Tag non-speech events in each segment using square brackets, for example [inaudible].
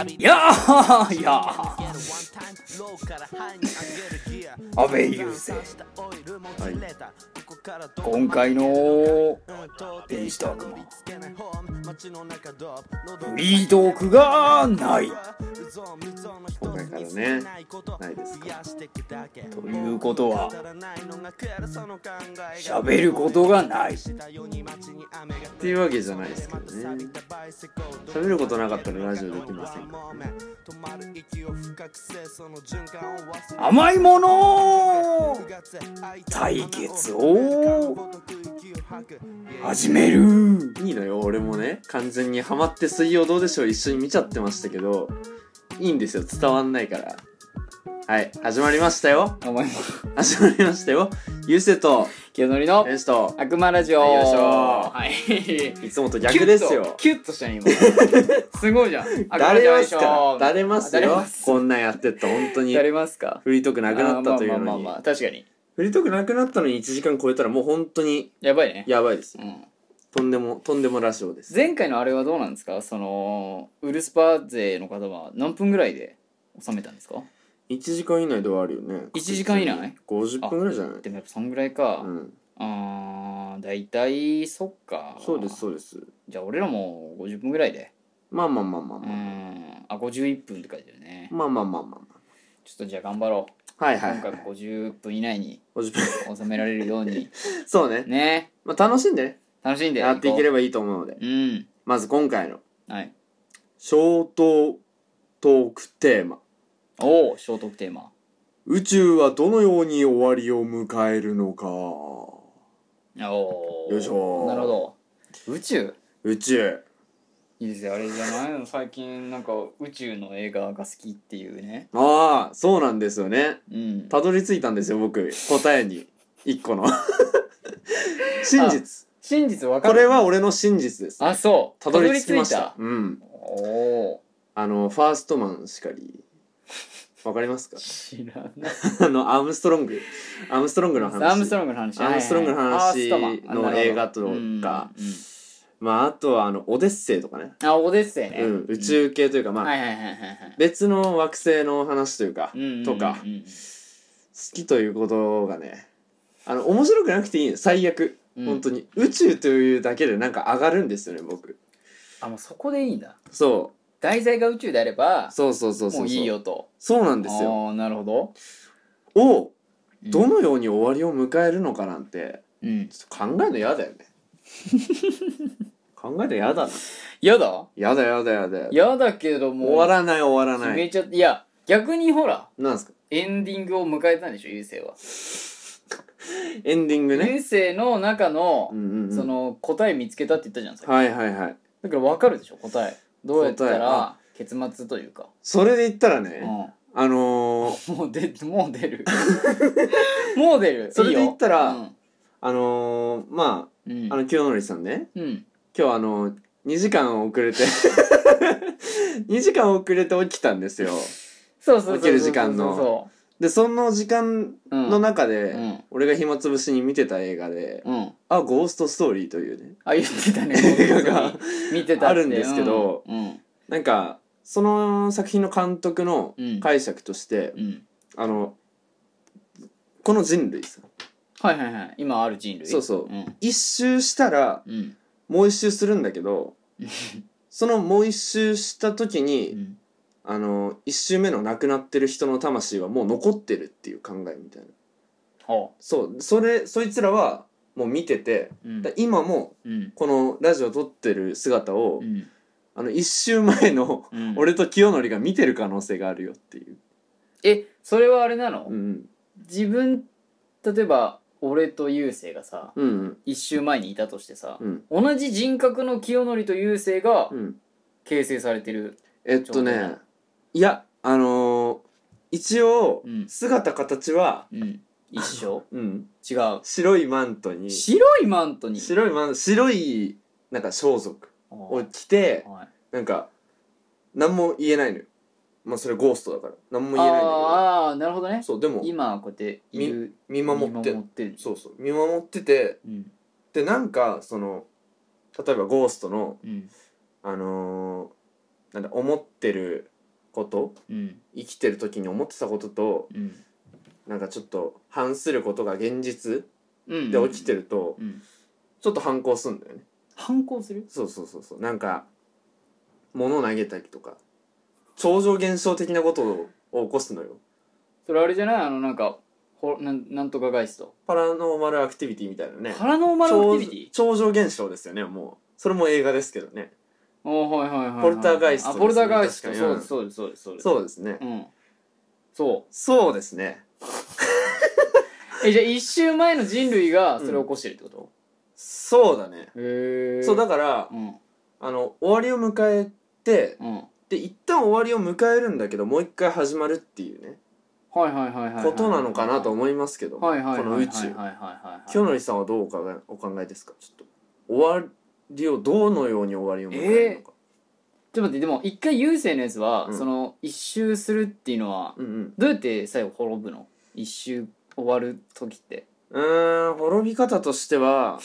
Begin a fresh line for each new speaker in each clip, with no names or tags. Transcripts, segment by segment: ああいや安倍雄生
はい
今回の電子トークもフリートークがない
今回からねないですか
ということは喋ることがない
っていうわけじゃないですけどね喋ることなかったらラジオできませんからね
甘いもの対決を始める
いいのよ俺もね完全にハマって水曜どうでしょう一緒に見ちゃってましたけどいいんですよ伝わんないからはい始まりましたよ
甘いもの
始まりましたよゆうせと
清則の
エンシと
悪魔ラジオ。
はいよいしょ
はい。
いつもと逆ですよ
キュッとキュッとしたね、今。すごいじゃん。
だれますからだ
誰
れます
だれ
よ
ます
こんなんやってった本当に
誰ますか
フリートークなくなったという
あーまあまあ
の
まあ
に
まあ、確かに。
フリートークなくなったのに1時間超えたらもう本当に
やばいね。
やばいですよ
うん
とんでもとんでもラジオです
前回のあれはどうなんですかその、ウルスパー勢の方は何分ぐらいで収めたんですか
1時間以内ではあるよね
一時間以内
?50 分ぐらいじゃない
でもやっぱそんぐらいか。
うん
あー、だいたい、そっか。
そうです。そうです
じゃあ俺らも50分ぐらいで。
まあまあまあまあ
う
まあ
ん。あ、51分って書いてるね。
まあまあまあま
ちょっとじゃあ頑張ろう。
あはいは
今
い
回も50分以内に
50分
収められるように [laughs]
そうね
ね
まあ楽しんでね
楽しんで
やっていけれ
ば
ばいいと思うので
うん
まず今回の
はい
小トトークテーマ
おおショートテーマ
宇宙はどのように終わりを迎えるのか
おお
よいしょ
なるほど宇宙
宇宙
いいですよあれじゃないの最近なんか宇宙の映画が好きっていうね
ああそうなんですよね
うん
たどり着いたんですよ僕答えに一 [laughs] 個の真実
真実わか
こ
る
れは俺の真実です
あそう
たどり着きました
たどり
うん
着いたおお
あのファーストマンしかりわかりますか
知らない
あのアームストロングアームストロングの話
アームストロングの話
アームストロングの話
はいはいはいファーストマン
の
なるほど
映画とか
うんうん
まああとはあのオデッセイとかね、
あオデッセイね
うん、宇宙系というかまあ、
はいはいはいはいはい
別の惑星の話というか、
うんうんうんうん
とか好きということがねあの面白くなくていいの最悪、
うん
本当に宇宙というだけでなんか上がるんですよね僕
あもうそこでいいんだ
そ
題材が宇宙であれば
うそうそうそうそう
もういいよと
そうなんですよ
あーなるほど
を
うん
どのように終わりを迎えるのかなんて
うん
ちょっと考えるの嫌だ
[laughs]
よね考えるの嫌だな
やだ
嫌だ嫌だ嫌だやだ
やだけどもう
終わらない終わら
決
な
め
い
ちゃっていや逆にほら
なんですか
エンディングを迎えたんでしょ優勢は
エンディングね
優勢の中の
うんうんうん
その答え見つけたって言ったじゃんさっき
はいはいはい
だから分かるでしょ答えどうやった
答え
ら
あ
結末というか
それで言ったらね、
う
あのー、
んもう出もう出る [laughs] もう出る
[laughs] それで言ったら
いいよ
あのー、ま
うんう
あ
ん
あの清則さんね
うん
今日あのー、2時間遅れて [laughs] 2時間遅れて起きたんですよ
そうそうそうそうそう
起きる時間の
そ
でその時間
ううん
の中で、
うん
俺が暇つぶしに見てた映画で
うん
「あゴーストストーリー」というね
あ言ってたね
映画が
見てたって
あるんですけど
うんうん
なんかその作品の監督の
うん
解釈として、
うん
あのこの人類さ
はいはいはい今ある人類
そうそう
うん
一周したら
うん
もう一周するんだけど
うん
そのもう一周した時に、
うん
あの一周目の亡くなってる人の魂はもう残ってるっていう考えみたいな
ほ
そうそれそいつらはもう見てて
ううん
だ今も
うん
このラジオ撮ってる姿を、
うん
あの一周前の
うん
俺と清則が見てる可能性があるよっていう、
えそれはあれなの
うんうん、
自分例えば俺と雄星がさ
うんうん
一周前にいたとしてさ
うん
同じ人格の清則と雄星が
うん
形成されてる
えっと
状態
ね
ない
やあのー一応
うん
姿形は、
うん一緒
うん、
違う
白いマントに
白いマントに
白いマン白いなんか装束を
は
着て
い
なんか何も言えないのよまあそれゴーストだから何も言えないんだ
あーあーなるほど
けど
ね
そうでも
今はこうやっている
見守って
る
そうそう見守ってて
うん
でなんかその例えばゴーストの
うん
あのーなんだ思ってること
うん
生きてる時に思ってたことと
うん
なんかちょっと反することが現実
うん
で起きてると
うん
ちょっと反抗すんだよね
反抗する
そうそうそうそうなんか物投げたりとか超常現象的なことを起こすのよ
それあれじゃないあのなんかほなんなんとかガイスト
パラノーマルアクティビティみたいなね
パラノーマルアクティビティ
超常現象ですよねもうそれも映画ですけどね
おーはいはいはいはい
ポルターガイスト
あポルターガイスト
ですね
そうです
確
そうですそうですそうです
そうですね
うんそ
そうですね
うえじゃあ一周前の人類がそれを起こしてるってこと、
そうだね
へえ
そうだから
うん
あの終わりを迎えて
うん
で一旦終わりを迎えるんだけどもう一回始まるっていうね
はいはいはいはいはい
ことなのかなと思いますけどもこ
はいはいはいはい
の
はい
宇
はい
宙
はいはい
清則さんはどうお考えお考えですかちょっと終わりをどのように終わりを迎えるの
ち
か
ょっと待ってでも一回優勢のやつは、
うん
その一周するっていうのは
うんうん
どうやって最後滅ぶの一周終わる時って
うーん滅び方としては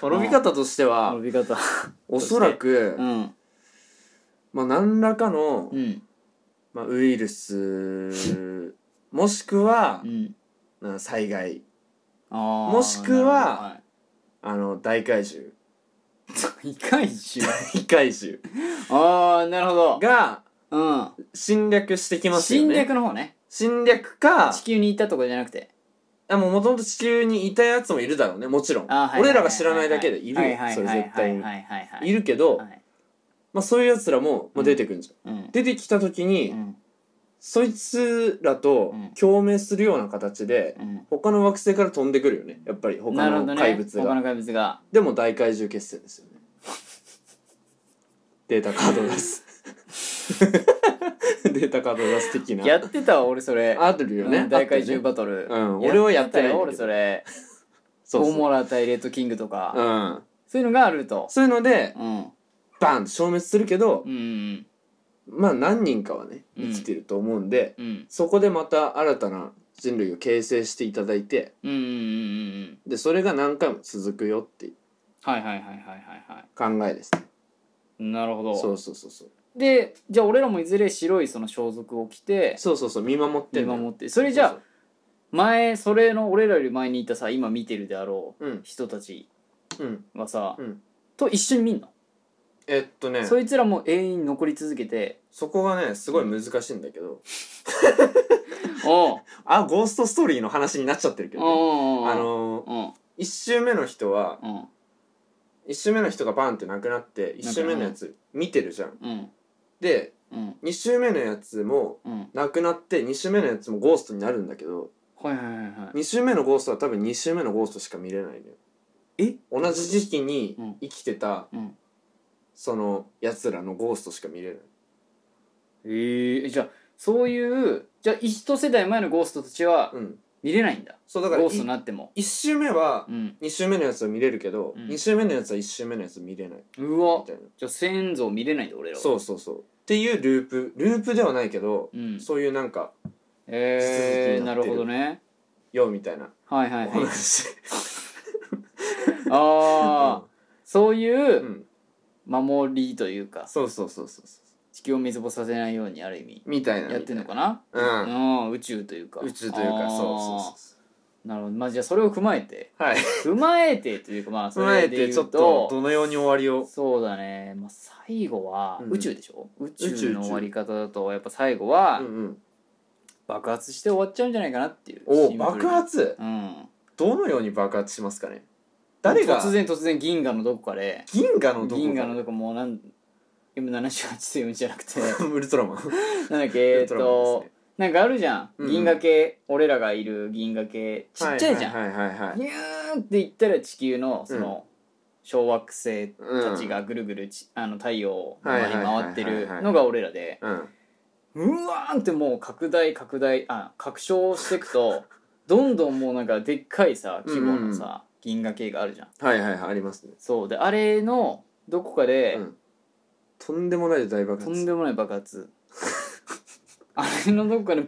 滅び方としては
滅び方 [laughs]
おそらく、
うん
まあ、何らかの、
うん
まあ、ウイ
[laughs]
ルスもしくは
う、ん
うん災害
あー
もしくはあの大怪獣
異界種
大怪獣
ああなるほど
が
う
侵略してき
ん
ますよ
侵
ね
略の方ね
侵略か
地球に行ったとかじゃなくて
あもともと地球にいたやつもいるだろうねもちろん
あーはいはい
俺らが知らないだけでいる
はい
よ
はい
そ
はい
れ
はい
絶対に
はいはいはい
いるけど、
はい
まあ、そういうやつらも、まあ、出てくるんじゃん、
うん
出てきた時に、
うん
そいつらと
うん
共鳴するような形で、
うん
他の惑星から飛んでくるよねやっぱり
な
他
るほど
の
ね
怪物が、
他の怪物が
でも大怪獣決戦ですよ
[laughs]
ねデータカード出す
[laughs]
データカード出す的な
やってたわ俺それ
あるよね、
うん大怪
あ
獣
ったよね
バトル
うん俺はやってないんだけ
よ
ど
俺それ
そう
コ
そ
ウ
う
モラ対レッドキングとか
うん
そういうのがあると
そういうので
うん
バンって消滅するけど
う、ん
まあ何人かはね
うん
生きてると思うんで、
うん
そこでまた新たな人類を形成していただいて
うんうんうん
でそれが何回も続くよっていう
はいはいはいはいはいは
考えですね
いなるほど
そうそうそうそう
でじゃあ俺らもいずれ白いその装束を着て
そうそうそう見守って
見
んのよ
守ってそれじゃあ
そう
前それの俺らより前にいたさ今見てるであろう
そううん
人たち
うん
はさ、
うん
と一緒に見んの、
えっとね
そいつらも永遠に残り続け
[laughs]
て
そこがねすごい難しいんだけど、
おう
あゴーストストーリーの話になっちゃってるけど、ね、
おうおうおう
あのー、
うん
1周目の人は
うん
1周目の人がバンって亡くなって1周目のやつ見てるじゃん
うん
で
うん
2周目のやつも
うん
亡くなって2周目のやつもゴーストになるんだけど
はいはいはいはい
2周目のゴーストは多分2周目のゴーストしか見れないのよ
え
同じ時期に生きてた
うん
そのやつらのゴーストしか見れない
ええじゃあそういうじゃあ一世代前のゴーストたちは
うん
見れないんだ、
そうだから
ゴーストに
1
なっても
周目は
うん
2周目のやつを見れるけど
うん
2周目のやつは1周目のやつ見れないみ
うわ
たいな
じゃあ先祖見れないんだ俺らは
そうそうそうっていうループループではないけど
うん
そういうなんか
ええ
続きに
な
なってる
るほどね
よみたいな
はいはい
お
はい
話
ああ、そう
う
いうん守りというか
そうそうそうそうそ
地球を水没させないようにある意味
うみたいな
やってんのかな
うん
うん宇宙というか
宇宙というかそうそうそうそ
あーなるほどまあじゃあそれを踏まえて
うはい
踏まえてというかまあそ
踏ま
れ
え
で
て
言
ちょ
う
っと
と
どのように終わりを
そうだね、まあ、最後は、
うん
宇宙でしょ宇
宙
宙の終わり方だとやっぱ最後は
うんうん
爆発して終わっちゃうんじゃないかなっていう
お
シンプルに
爆発
うん
どのように爆発しますかね誰が
突然突然銀河のどこかで
銀河のどこか
銀河のどこもうなん M78 星雲じゃなく
[laughs]
て
ウルトラマン
なんだっ
ウ
けえ
ル
っ
トラマン
と
ですね
なんかあるじゃん、
うん
銀河系俺らがいる銀河系ちっちゃいじゃん、
はいはいはいはい
ニューンって言ったら地球のその、小惑星たちがぐるぐるち、あの太陽の周り回ってるのが俺らで、
うん
うわーんってもう拡大拡大あ拡張していく
[laughs]
とどんどんもうなんかでっかいさ規模のさ、銀河系があるじゃん
はいはいはいありますね
そうであれのどこかで、
うんとんでもない大爆
とん
発
でもない爆発あれのどこかで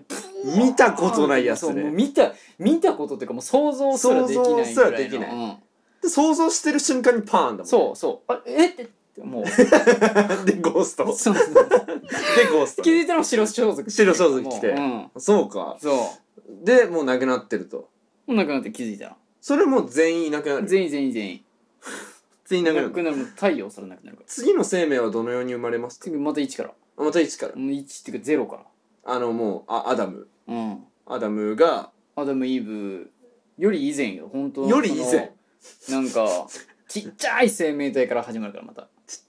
見たことないやつ
そうもう
ね
見た見たことっていうかもう想像すらできないぐらいの
想像すらできないで想像してる瞬間にパーン
うん
だも [laughs]
んそうそうあえってってもう
うでゴースト
そうそう
ゴースト
気
ね
づいたら白装束
白装束着て
も
[laughs] そうか
ううんそうも
でもう亡くなってると
うなくなって気づいた
それもう全員いなくな
ら
る
全員全員全員
全員いなくな
な
る
くなるもう太陽さらなくなるから
次の生命はどのように生まれますか
次また1からも
あまた一から
う1っていうか0か
あのもうあアダム
らうん
アダムが
アダムイブより以前よ本当の
より以
その
前
なんか [laughs] ちっちゃい生命体から始まるからまた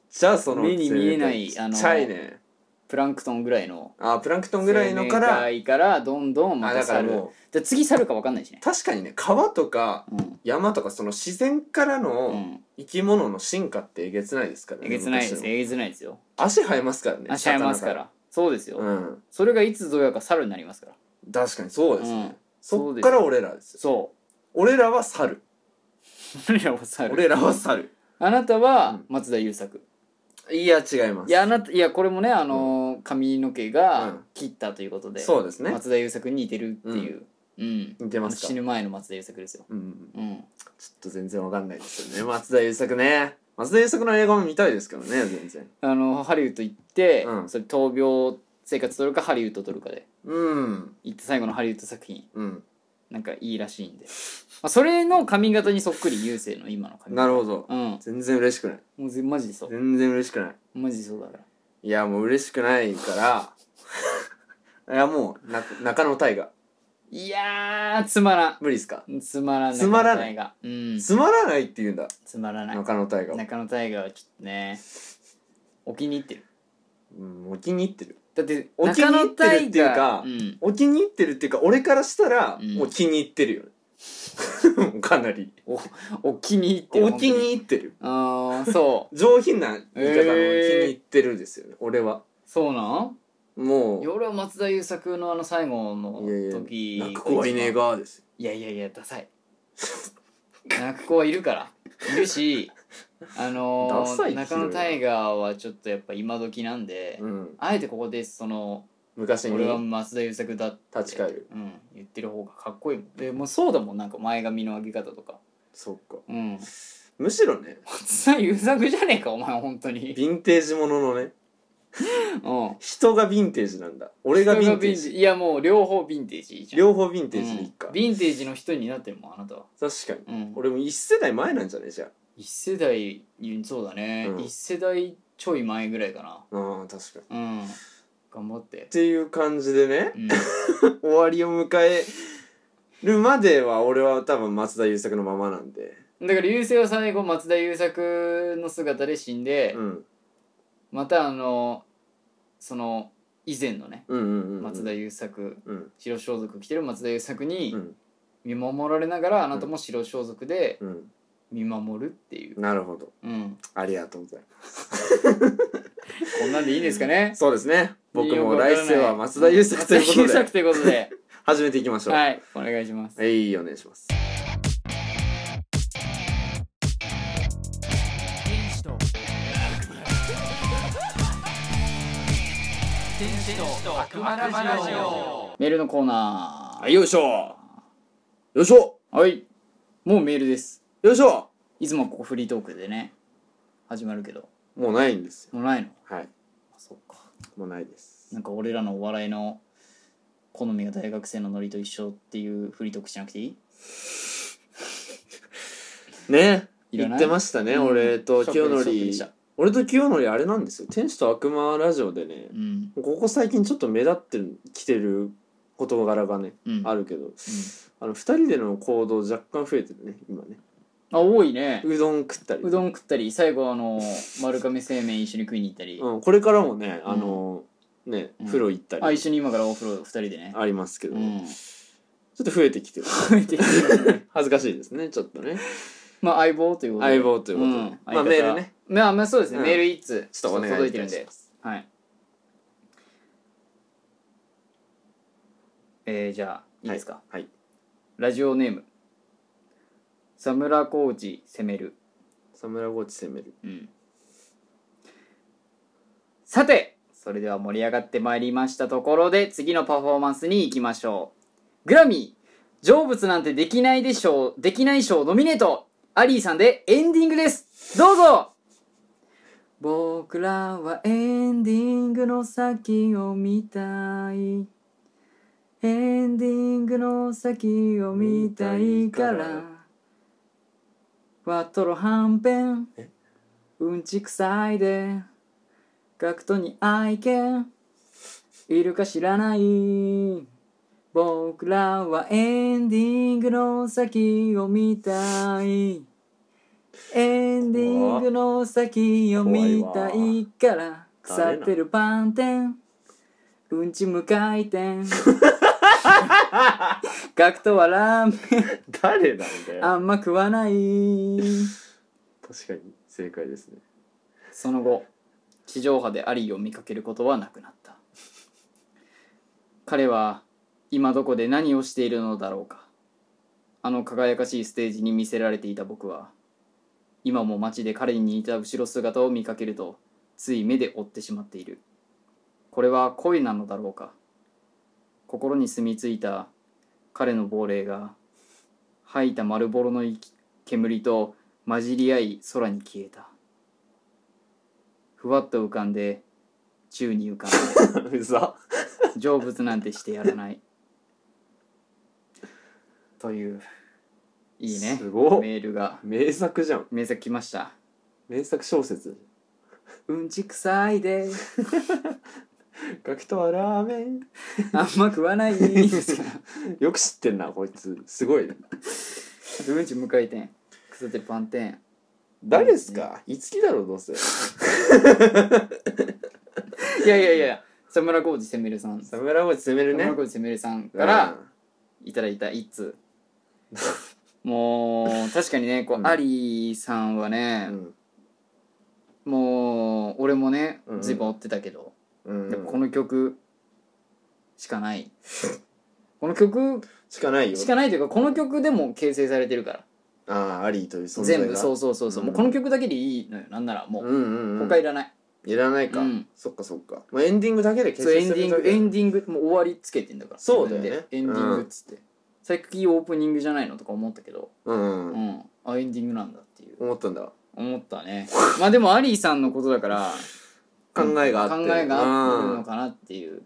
じゃあその
目に見えない
生命体
あの
ちっちゃいね
プランクトンぐらいの
あプランクトンぐらいのから
生命体からどんどんま
あ
た
だから
猿
も
じゃあ次猿か分かんないしね
う確かにね川とか
うん
山とかその自然から
う
の
ん
生き物の進化ってえげつないですからね
えげつないで
昔
す
の
えげつないですよ
足生えますからね
足生えますからそうですよ、
魚からうん
それがいつぞやか猿になりますから
確かにそうです
う
ね
ん
そっから俺らですよ
そ
俺らは猿
う [laughs] 俺らは猿
俺らは猿
あなたは
うん
松田優作、
いや違いま
い
す
やあなたいやこれもねあのー髪の毛
う
が
ん
切ったということで、
そうですね
松田優作に似てるっていう、うん
似てますか
死ぬ前の松田優作ですよ、
うん
うん、
ちょっと全然わかんないですよね松田優作ね松田優作の映画も見たいですけどね全然
あのハリウッド行って、
うん
それ闘病生活取るかハリウッド取るかで
うん
行って最後のハリウッド作品
うん
なんかいいらしいんで、まあ、それの髪型にそっくり優勢の今の髪型
なるほど
うん
全然嬉しくない
もうぜマジでそう
全然嬉しくない
マジでそうだから
いやもう嬉しくないから [laughs] いやもうな中野大河
いやーつまら
無理っすか
んつまらない
つまらない
がうん
つまらないって言うんだ
つまらない
中野大河は
中野大河はちょっとねお気に入ってる
うんお気に入ってる
だって
お気に入ってるっていう
中野
か
大河うん
お気に入ってるっていうか俺からしたら
うん
もう気に入ってるよね [laughs] かなり
お気に入ってる
お気に入ってる
ああそ
上品な言い方の気に
えー
入ってるですよね俺は
うそうなん
もう
いや俺は松田優作のあの最後の時
泣く子はいねえがです
いやいやいやダサい [laughs] 泣く子はいるからいるしあのー
ダサいって
中野大河はちょっとやっぱ今時なんで、
うん
あえてここでその
昔
俺は
に
松田優作だって
立ち返る
うん、言ってる方がかっこいいもんでもうそうだもんなんか前髪の上げ方とか
そっか
うん
むしろね
松田優作じゃねえかお前本当に
ヴィンテージもののね
うん
人がヴィンテージなんだ俺がヴィンテージ
いやもう両方ヴィンテージいいじゃん
両方ヴィンテージでいいか
うんヴィンテージの人になってるもんあなたは
確かに
うん
俺も一世代前なんじゃねえじゃ
一世代そうだね、
うん
一世代ちょい前ぐらいかな
ああ確かにっ [laughs]
うん頑張って、
ていう感じでね
うん、 [laughs]
終わりを迎えるまでは俺は多分松田優作のままなんで
だから優勢は最後松田優作の姿で死んで、
うん
またあのその以前のね
うんうんうんうん
松田優作
うん
白装束着てる松田優作
う
に
ん
見守られながらあなたも白装束で
うん
見守るっていう、
なるほど [laughs]
うん、
ありがとうございま
こんなんでいいんですかね
すそうですね僕も来世は松田優作ということ
松田優
で
作ということで
始めていきましょう
はいお願いします
はい、お願いします。
メールのコーナー
はい、よいしょよいしょ
はいもうメールです
よいしょ
いつもここフリートークでね始まるけど
もうないんですよ。
もうないの
はい、
あそっか
もうないです。
なんか俺らのお笑いの好みが大学生のノリと一緒っていうフリートークしなくていい
ね
いら
言
ない
ってましたね、
うん
俺と
ショック
清
ショックでし
則
た。
俺と清則あれなんですよ。天使と悪魔ラジオでね
う、ん、
ここ最近ちょっと目立ってる、きてる事柄がね、
うん、
あ
る、
るけど、あの、二人での行動若干増えてるね、今ね。
あ多いね
うどん食ったり。
うどん食ったり最後あの丸亀製麺一緒に食いに行ったり、
うん、これからもね、あの、ね、
うん
風呂行った
あ
り
一緒に今からお風呂二人でね、
ありますけど、
う
ち
ん、
ょっと増えてきてる。
食べてきてるね
恥ずかしいですねちょっとね
まあ相棒ということで
相棒ということで、
ん
まあメールね
まあまあそうですね、
うん
メール一通
ちょっとお願い
届い
い
てる
た
ん
し
で
ます
はいえー、じゃあいいですか、
はい
ラジオネーム「サムラコーチ攻める
サムラゴーチ攻める」
うんさてそれでは盛り上がってまいりましたところで次のパフォーマンスに行きましょうグラミー成仏なんてできないでしょうできない賞ノミネートアリーさんでエンディングですどうぞ僕らはエンディングの先を見たいエンディングの先を見たいからワトロはんぺん
え
うんちくさいでガクトに愛犬いるか知らない僕らはエンディングの先を見たいエンディングの先を見たいから腐ってるパンテンうんち無回転ガクトはラーメ
誰なんだ
ンあ
よ
んま食わない
確かに正解ですね
その後地上波でアリーを見かけることはなくなった彼は今どこで何をしているのだろうかあの輝かしいステージに見せられていた僕は今も街で彼に似た後ろ姿を見かけるとつい目で追ってしまっているこれは恋なのだろうか心に住み着いた彼の亡霊が吐いた丸ボロの息煙と混じり合い空に消えたふわっと浮かんで宙に浮かんで
うざ
成仏なんてしてやらないといういいね
すごっ
メールが
名作じゃん
名作来ました
名作小説
うんちくさいで
「ガキとはラーメン
あんま食わない」
よく知ってんなこいつすごい
うんち無回転腐ってるパンテン
誰っすかいつきだろうどうせ
いやいやいや佐村浩二せめるさん
サ
佐
ムラゴチ攻めるね
村浩二せめるさんからいただいた一通もう確かにねこう、
うん
アリーさんはね、
うん
もう俺もね
うんうん
随分追ってたけど、
うん
やっぱこの曲しかないこの曲
しかないよ
しかないというかこの曲でも形成されてるから
ああアリーという存在が
全部そうそうそうそう、
うん
もうこの曲だけでいいのよなんならもう、
んうんうん
他いらない
いらないか、
うん
そっかそっか、まあ、エンディングだけで
そうエンディングエ
ン
ンディングもう終わりつけてんだから
そうだよね
自分でエンディングっつって、最近オープニングじゃないのとか思ったけど
うん、
う
うん、
んあエンディングなんだっていう
思ったんだ
思ったねまあでもアリーさんのことだから
考えがあって
考えが合ってるのかなっていう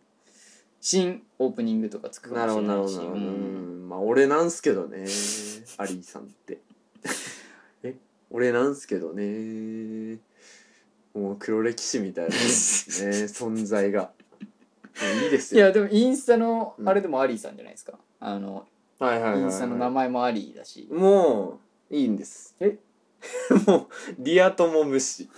新オープニングとかつく
な
か
る
もし
ほど
れ
な
ないし
るほどなるほど、う
うん
ん、まあ俺なんすけど
[laughs]
ねアリーさんって [laughs] え俺なんすけどねもう黒歴史みたいなねね
[laughs]
存在がもういいです
い
よ
やでもインスタの
うん
あれでもアリーさんじゃないですか、あの
はいはいはい、
イ
は
ン
い、
スタの名前もアリーだし
もういいんです
え
[laughs] もうリア友無視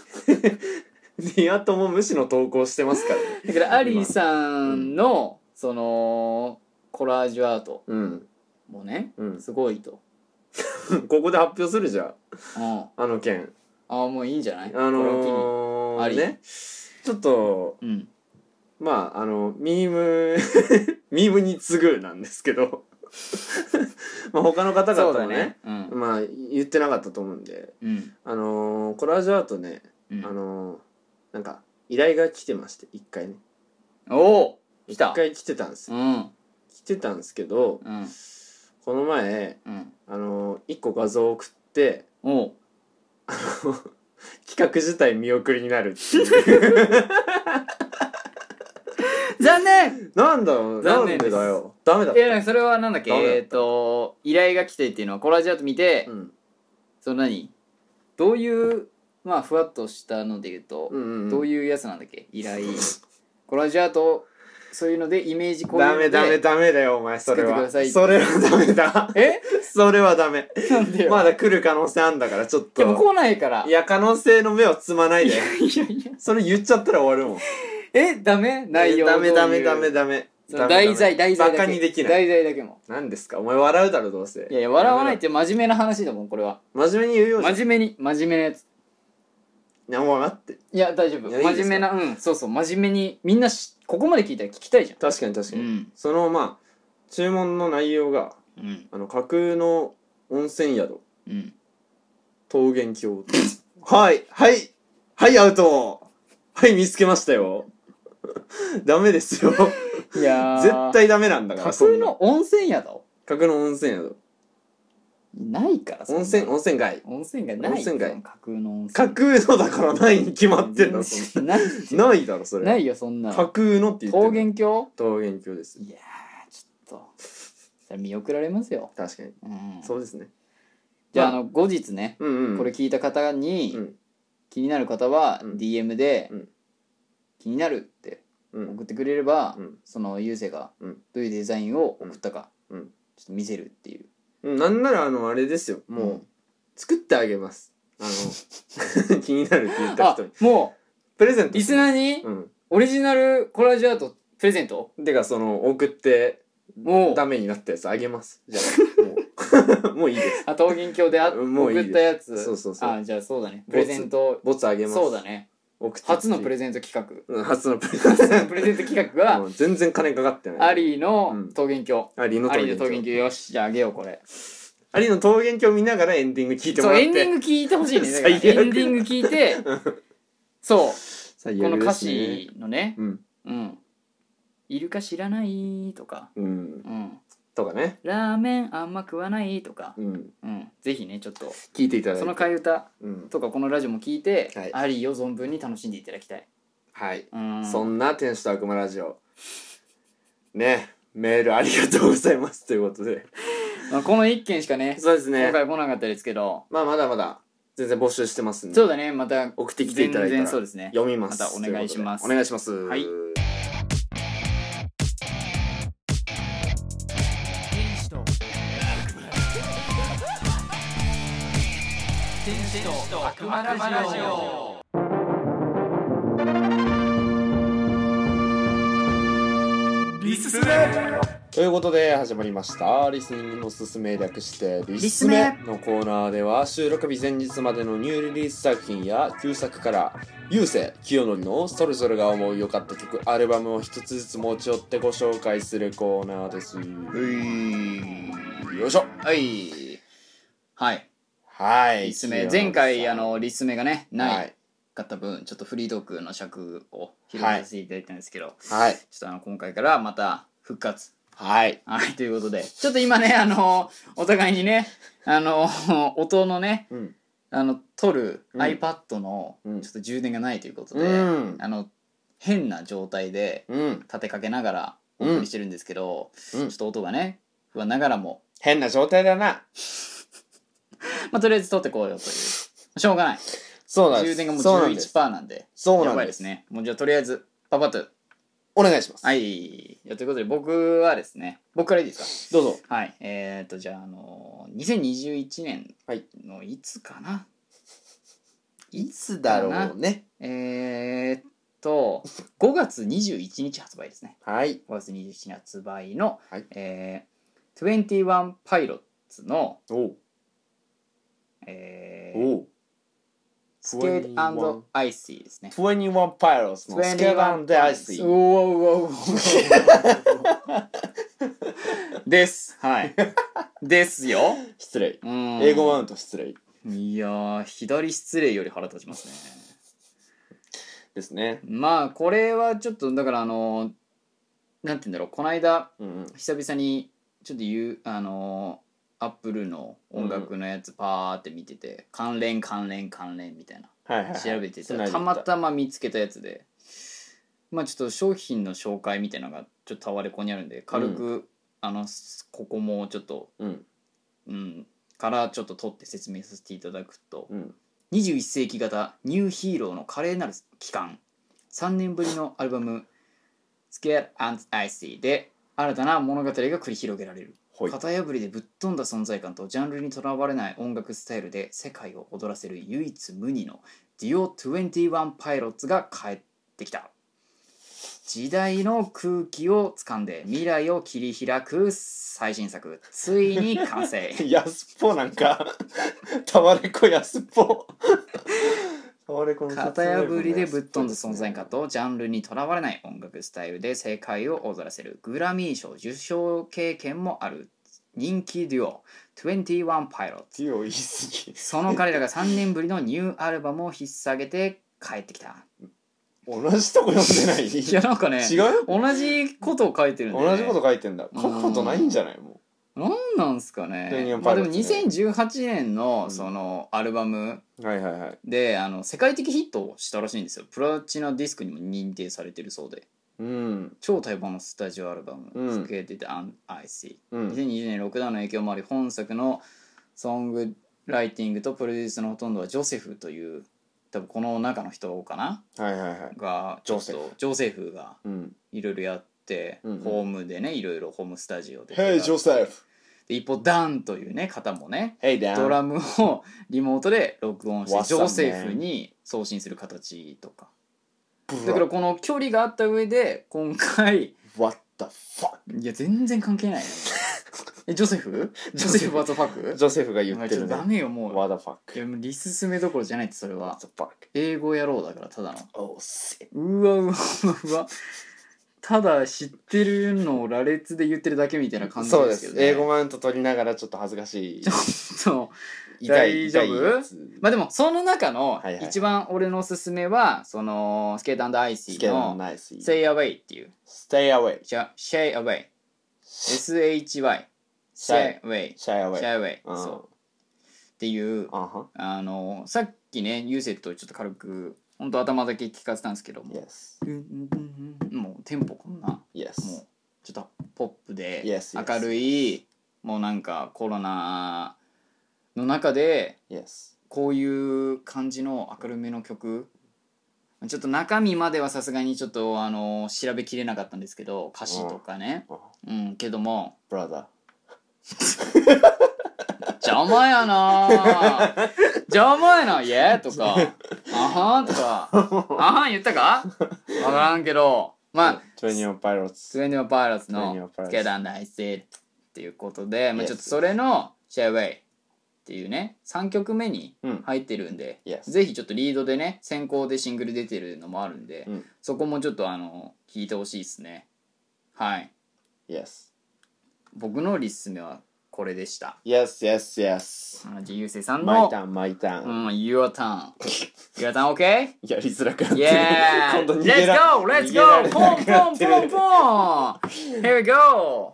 リア友無視の投稿してますからね
だからアリーさんのそのコラージュアート
うん
もね
うん、
すごいと、
ここで発表するじゃん
うん、あ
あの件
あもういいんじゃない
あ
これを機に
の
あり
ー、ねちょっと
うん
まああのミーム [laughs] ミームに次ぐなんですけど [laughs] まあ他の方
そう
々
だ
もね
ねうん
まあ言ってなかったと思うんで
うん
あのー、コラージュアートね、
うん
あのー、なんか依頼が来てまして一回ね
おお来
一
た
回来てたんです
う
よ
ん
来てたんですけど
うん
この前
うん
あのー、一個画像を送って [laughs]
おう
企画自体見送りになるっていう
[laughs] 残念
なんだろうな
残
ん
念
で
です
だよダメだ
いやなんかそれはなんだっけ
ダメだった
えっ、と依頼が来てっていうのはコラージュアート見て、
うん
その何どういうまあふわっとしたので言うと、
うんうん
どういうやつなんだっけ依頼コラージュアートそういうのでイメージこういう
ダ
の
メ
で
ダメダメだよお前それ
作ってく
は
ださい
それはダ
[laughs]
メだ
え
それはダメ
なんでよ、
まだ来る可能性あんだからちょっ
でも
と
来ないから
いや可能性の目をつまないで
いやいや
それ言っちゃったら終わるもん
えダメ内容
ダメ
どうい
ダ
う
メダメダメ
その題材題材だけ
バカにできな
題
い
材だけも
何ですかお前笑うだろどうせ
いやいや笑わないっ
ダ
て真面目な話だもんこれは
メだ真面目に言うよ
真面目に真面目なやつ
いやもう分かって
いや大丈夫
いやいいですか
真面目なうんそうそう真面目にみんなしここまで聞いたら聞きたいじゃん
確かに確かに、
うん
そのまあ注文の内容が
うん
あの架空の温泉宿
うん
桃源郷はいはいはいアウトはい見つけましたよ [laughs] ダメですよ
いやー
絶対ダメなんだから
架
そ
空
んな
の温泉宿
架空の温泉宿
ないからそんな
温泉温泉街
温泉街ない
温泉街
その架空の温泉
架空のだからないに決まってるのそん
ない
なないだろそれ
ないよそんな
架
の
空のって言って
桃
る
源郷
桃源郷です
いやーちょっとそれ見送られますよ、
確かに
うん、
そうですね
じゃああの後日ね、
うんうん
これ聞いた方に、
うん
気になる方は
うん
DM で、
うん
気になるって
うん
送ってくれれば、
うん
その優勢が
うん
どういうデザインを送ったか、
うんうん
ちょっと見せるっていう
うんなんならあのあれですよもう、
うん
作ってあげます
[laughs]
あの気になるって言った
あ
人に
も
プレゼン
う
ト
リスナーに
うん
オリジナルコラージュアートプレゼント
てかその送って
もう
ダメになったやつあ
[laughs]
げますじゃ [laughs] あもうもういいです
あ桃源郷であ
うんもう
送
いいです
ったやつ
そうそうそう
あじゃあそうだね
ボツ
プレゼント
ボツあげます
そうだね
送って
初のプレ
ゼン
ゼント企
ト、うん、初のプレ
画 [laughs]
ゼ
初
ン
のプレゼント企画
ト
は
うん全然金かかってない
アリーの桃源郷
アリの
アリーの桃源
桃源郷
郷よしじゃああげようこれ
アリの桃源郷見ながらエンディング聞いても
そう
らっ
エンディン
て
グ聞いてほしいねだからエン
[laughs] 最悪
ディング聞い
[laughs]
てそう
最悪
この
で
歌
すね
詞のね
うん
うんいるか知らないとか
うん
うん
とかね
ラーメンあんま食わないとか
うん
うんぜひねちょっと
聞いていただいて
その替え歌
うん
とかこのラジオも聞いて
はい
アリーを存分に楽しんでいただきたい
はい
うん
そんな天使と悪魔ラジオねメールありがとうございますということで
まあ、この1件しかね
そうです
今
ね
回来なかったですけど
まあまだまだ全然募集してますんで
そうだねまた
送ってきていただいたら
全然そうですね
読みます
またお願いします
ということでお願いしますはいということで始まりました「リスニングのおすすめ」略して「リ
リ
ス
ス
メ
メ」
のコーナーでは収録日前日までのニューリリース作品や旧作から優勢清則のそれぞれが思う良かった曲アルバムを一つずつ持ち寄ってご紹介するコーナーですよいしょ
はいはい
はい
リスメ前回あのリスメがね
は
ない
い
かった分、ちょっとフリートークの尺を広げさせていただいたんですけど、
はい
ちょっとあの今回からまた復活
はい
はいということでちょっと今ねあのお互いにねあの [laughs] 音のね
うん
あの撮る
うん
iPad のち
う
ょ
ん
っと充電がないということで、
うん
あの変な状態で
うん
立てかけながらお
うん
送りしてるんですけど、
うん
ちょっと音がね不安ながらも、
変な状態だな
まあ、とりあえず撮ってこうよというしょうがない
そうなんで
充
す
電がもう
そうなんです
11%なんで
そうな
や
ん
ばい
で
ですすねもうじゃあとりあえずパパッと
お願いします
はいいやということで僕はですね僕からいいです
どうぞ
かはいえー、とじゃああの2021年
はい
のいつかな、いつ
だ
だ
ろ
ろ
う
う
ね
えー、っと5月21日発売ですね
は
5
い
月21日発売の、
はい
えー、21パイロッツの、
おう
えー、
おう
スケールアン
21
ドアイシーですね。
21 Pilots のスケバンダイス
うわうわうわうわ [laughs] です。はい。ですよ。
失礼
うん
英語マウント失礼
いやー、左失礼より腹立ちますね。
ですね
まあ、これはちょっと、だから、あの、なんて言うんだろう、この間、
うんうん
久々に、ちょっと言う、あの、アップルの音楽のやつ、パーって見てて、関連、関連、関連みたいな。
はいはいはい
調べてた
繋い
ら
でった
またま見つけたやつでまあちょっと商品の紹介みたいなのがちょっとタワレコにあるんで軽く、あのすここもちょっと
うん
うんからちょっと取って説明させていただくと、
うん
21世紀型ニューヒーローの華麗なる期間3年ぶりのアルバム「Scared and Icy」で新たな物語が繰り広げられる
ほい
型破りでぶっ飛んだ存在感とジャンルにとらわれない音楽スタイルで世界を踊らせる唯一無二の DIO21 パイロッツが帰ってきた時代の空気を掴んで未来を切り開く最新作ついに完 [laughs] 成
[laughs] 安っぽなんか [laughs] タワレコ安っぽタワレコの
型破りでぶっ飛んだ存在感とジャンルにとらわれない音楽スタイルで世界を踊らせるグラミー賞受賞経験もある人気デュオ21パイロッツ
強い言い過ぎ
その彼らが3年ぶりのニューアルバムを引っ提げて帰ってきた。
同じとこ読んでない
いやなんかね
違う
同じことを書いてるんで、ね、
同じこと書いてんだ
うん
書くことないんじゃないも
なんなんすか
天
ね
元
ま
パ
あ
イ
で
レー
も
ツね
2018年
う
の
ん
そのアルバム
はいはいはい
であの世界的ヒットをしたらしいんですよプラチナディスクにも認定されてるそうで
うん
超待望のスタジオアルバム「
うん
Created and I See」
うん
2020年ロックダウンの影響もあり本作のソングライティングとプロデュースのほとんどはジョセフという多分この中の人かな
はいはいはい
が
ジョセフ
ちょっとジョセフが
うん
いろいろやって、
うんうん
ホームでねいろいろホームスタジオで
Hey
で
Joseph
一方ダンというね方もね
Hey Dan
ドラム [laughs] をリモートで録音して
わっ
ジ
さん
ョ
ね
セフに送信する形とかだ
だ
からこの距離があった上で今回
What the fuck
いや全然関係ないね [laughs] えジョセフジョセフバトファッ
[laughs]
ク
ジョセフが言
お前
っ
ち
て
ょ
る
っ
ね
とダメよもう
What the fuck
いやもうリス進めどころじゃないってそれは
What the fuck
英語野郎だからただの
Oh shit
うわうわうわただ知ってるのを羅列で言ってるだけみたいな感じ
そう
で
です
け
す
ど、ね、
英語マウント取りながらちょっと恥ずかしい
そう
痛
大
い
丈
痛
夫
いやつ
まあでもその中の
はいはい
一番俺のおすすめはそのスケートアイシ
ス
ー
ケール
の
ナイ
「
ス
Say Away」っていう
Stay away
じゃ「Shay Away」SHY「Shay
Shay
Away」「
Shy away
Shay Away」
うん
そうっていう
あは
あのさっきねユーセットをちょっと軽く本当頭だけ聞かせたんですけども、
Yes
うんうんうんうんもうテンポこんな
Yes
もうちょっとポップで
Yes, yes.
明るいもうなんかコロナの中で
Yes
こういう感じの明るめの曲ちょっと中身まではさすがにちょっとあの調べきれなかったんですけど歌詞とかね
あ
うんけども
Brother
邪魔や
[laughs]
なぁ邪魔やな「イエーとか「あはん」とか「あはん」言ったか分からんけどまあ
24 Pilots
スウェーデンパイロッツ
スウェーデ
の
ンパイ
ス
ロッツ
ケダンダイセーっていうことで、まあ、
Yes.
ちょっとそれのシェアウェイっていうね3曲目に
うん
入ってるんで、
Yes
ぜひちょっとリードでね先行でシングル出てるのもあるんで、
うん
そこもちょっとあの聞いてほしいですねはい
Yes
僕のリスメはこれでした
Yes Yes Yes
同じゆうせいさん
マイ
の
ターンマイタ
「
ー
う
ン
ん Your Turn」「Your Turn OK?」
[laughs] やりづらくなってる
Yeah!
今度逃げ
Let's
ら
go! Let's
逃げら
go!
れ
ポ
な
ン
く
ポ
な
ン
ってる
ポンポン !Here we go!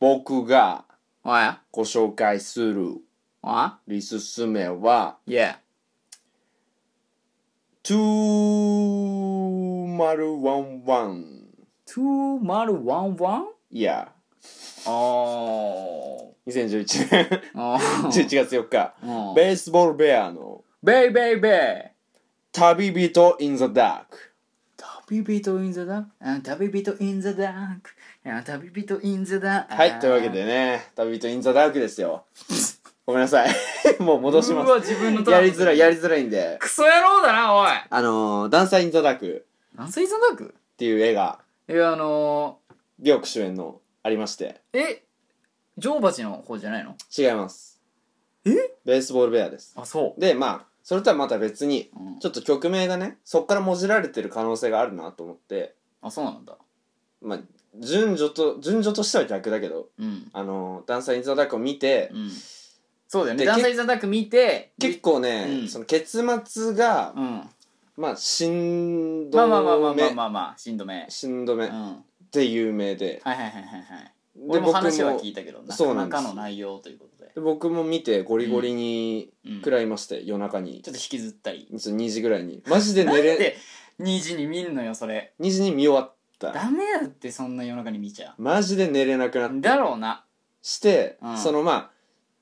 僕が
おや
ご紹介する
おや
リススメは
Yeah!
2011
2011?
いや
お
2011年11
ー。
月4日
おー
ベースボールベアの
ベイベイベイ
旅人 in the dark
旅人 in the dark あ旅人 in the dark あ旅人 in the dark
はいというわけでね旅人 in the dark ですよごめんなさい [laughs] もう戻しま
うわ自分の
すやりづら
い
いやりづらいんで
クソ野郎だなおい
あのーダンサー in the dark
何歳 in the dark?
っていう映画
えあの
リョーク主演のありまして
ー、え女王蜂の方じゃないの
違います
え
ベースボールベアです
あそ
でまあそれとはまた別に
う、うん
ちょっと曲名がねそっからもじられてる可能性があるなと思って
あそうなんだ
まあ順序と順序としては逆だけど
うん
あのダンサー・イン・ザ・ダークを見て、
うんそうだよね
で
ダンサー in the dark 見て
結構ね、
うん
その結末が、
うん
まあしん
まあ
どめ、
まあまあまあまあまあまあしんどめ
しんどめ
うん
っ
はい
て有名で、
はいはいはいはい
で
俺も話は
僕
聞いたけどな
そ
か
うな
なん
です
かの内容ということで
で僕も見てゴリゴリに
うん
食らいまして、夜中に
ちょっと引きずったり
そう2時ぐらいにマジで寝
なん
れ
で2時に見んのよそれ
2時に見終わった
ダメだってそんな夜中に見ちゃ
マジで寝れなくなっ
う
て
だろうな
して、
うん
そのまあ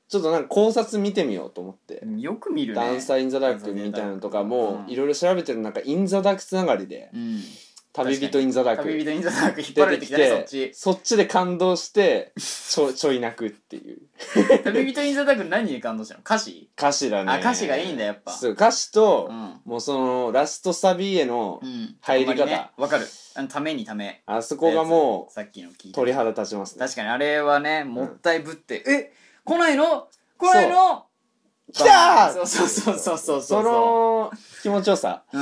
ちょっとなんか考察見てみようと思って、
よく見るね
ダンサー・イン・ザ・ダークみたいなのとかも
うん
いろいろ調べてる中イン・ザ・ダークつながりで
うん
「旅人・イン・ザ・ダーク」
旅人インザダーク [laughs] 引っ張ら
出
れて
てき
きたねそってち
そっちで感動してちょ [laughs] ちょい泣くっていう
旅人インザダーク何に感動したの歌詞
歌詞だね
あ歌詞がいいんだやっぱ
そう歌詞と
う、ん
もうそのラストサビへの、
うん
入り方
あんまねわかるあのためにため
あそこがも
さっきの聞
う
いた
鳥肌立ちますね
確かにあれはねもったいぶってえ来ないの来ないの
来たー
そうそうそうそうそう
その気持ちよさ、
うん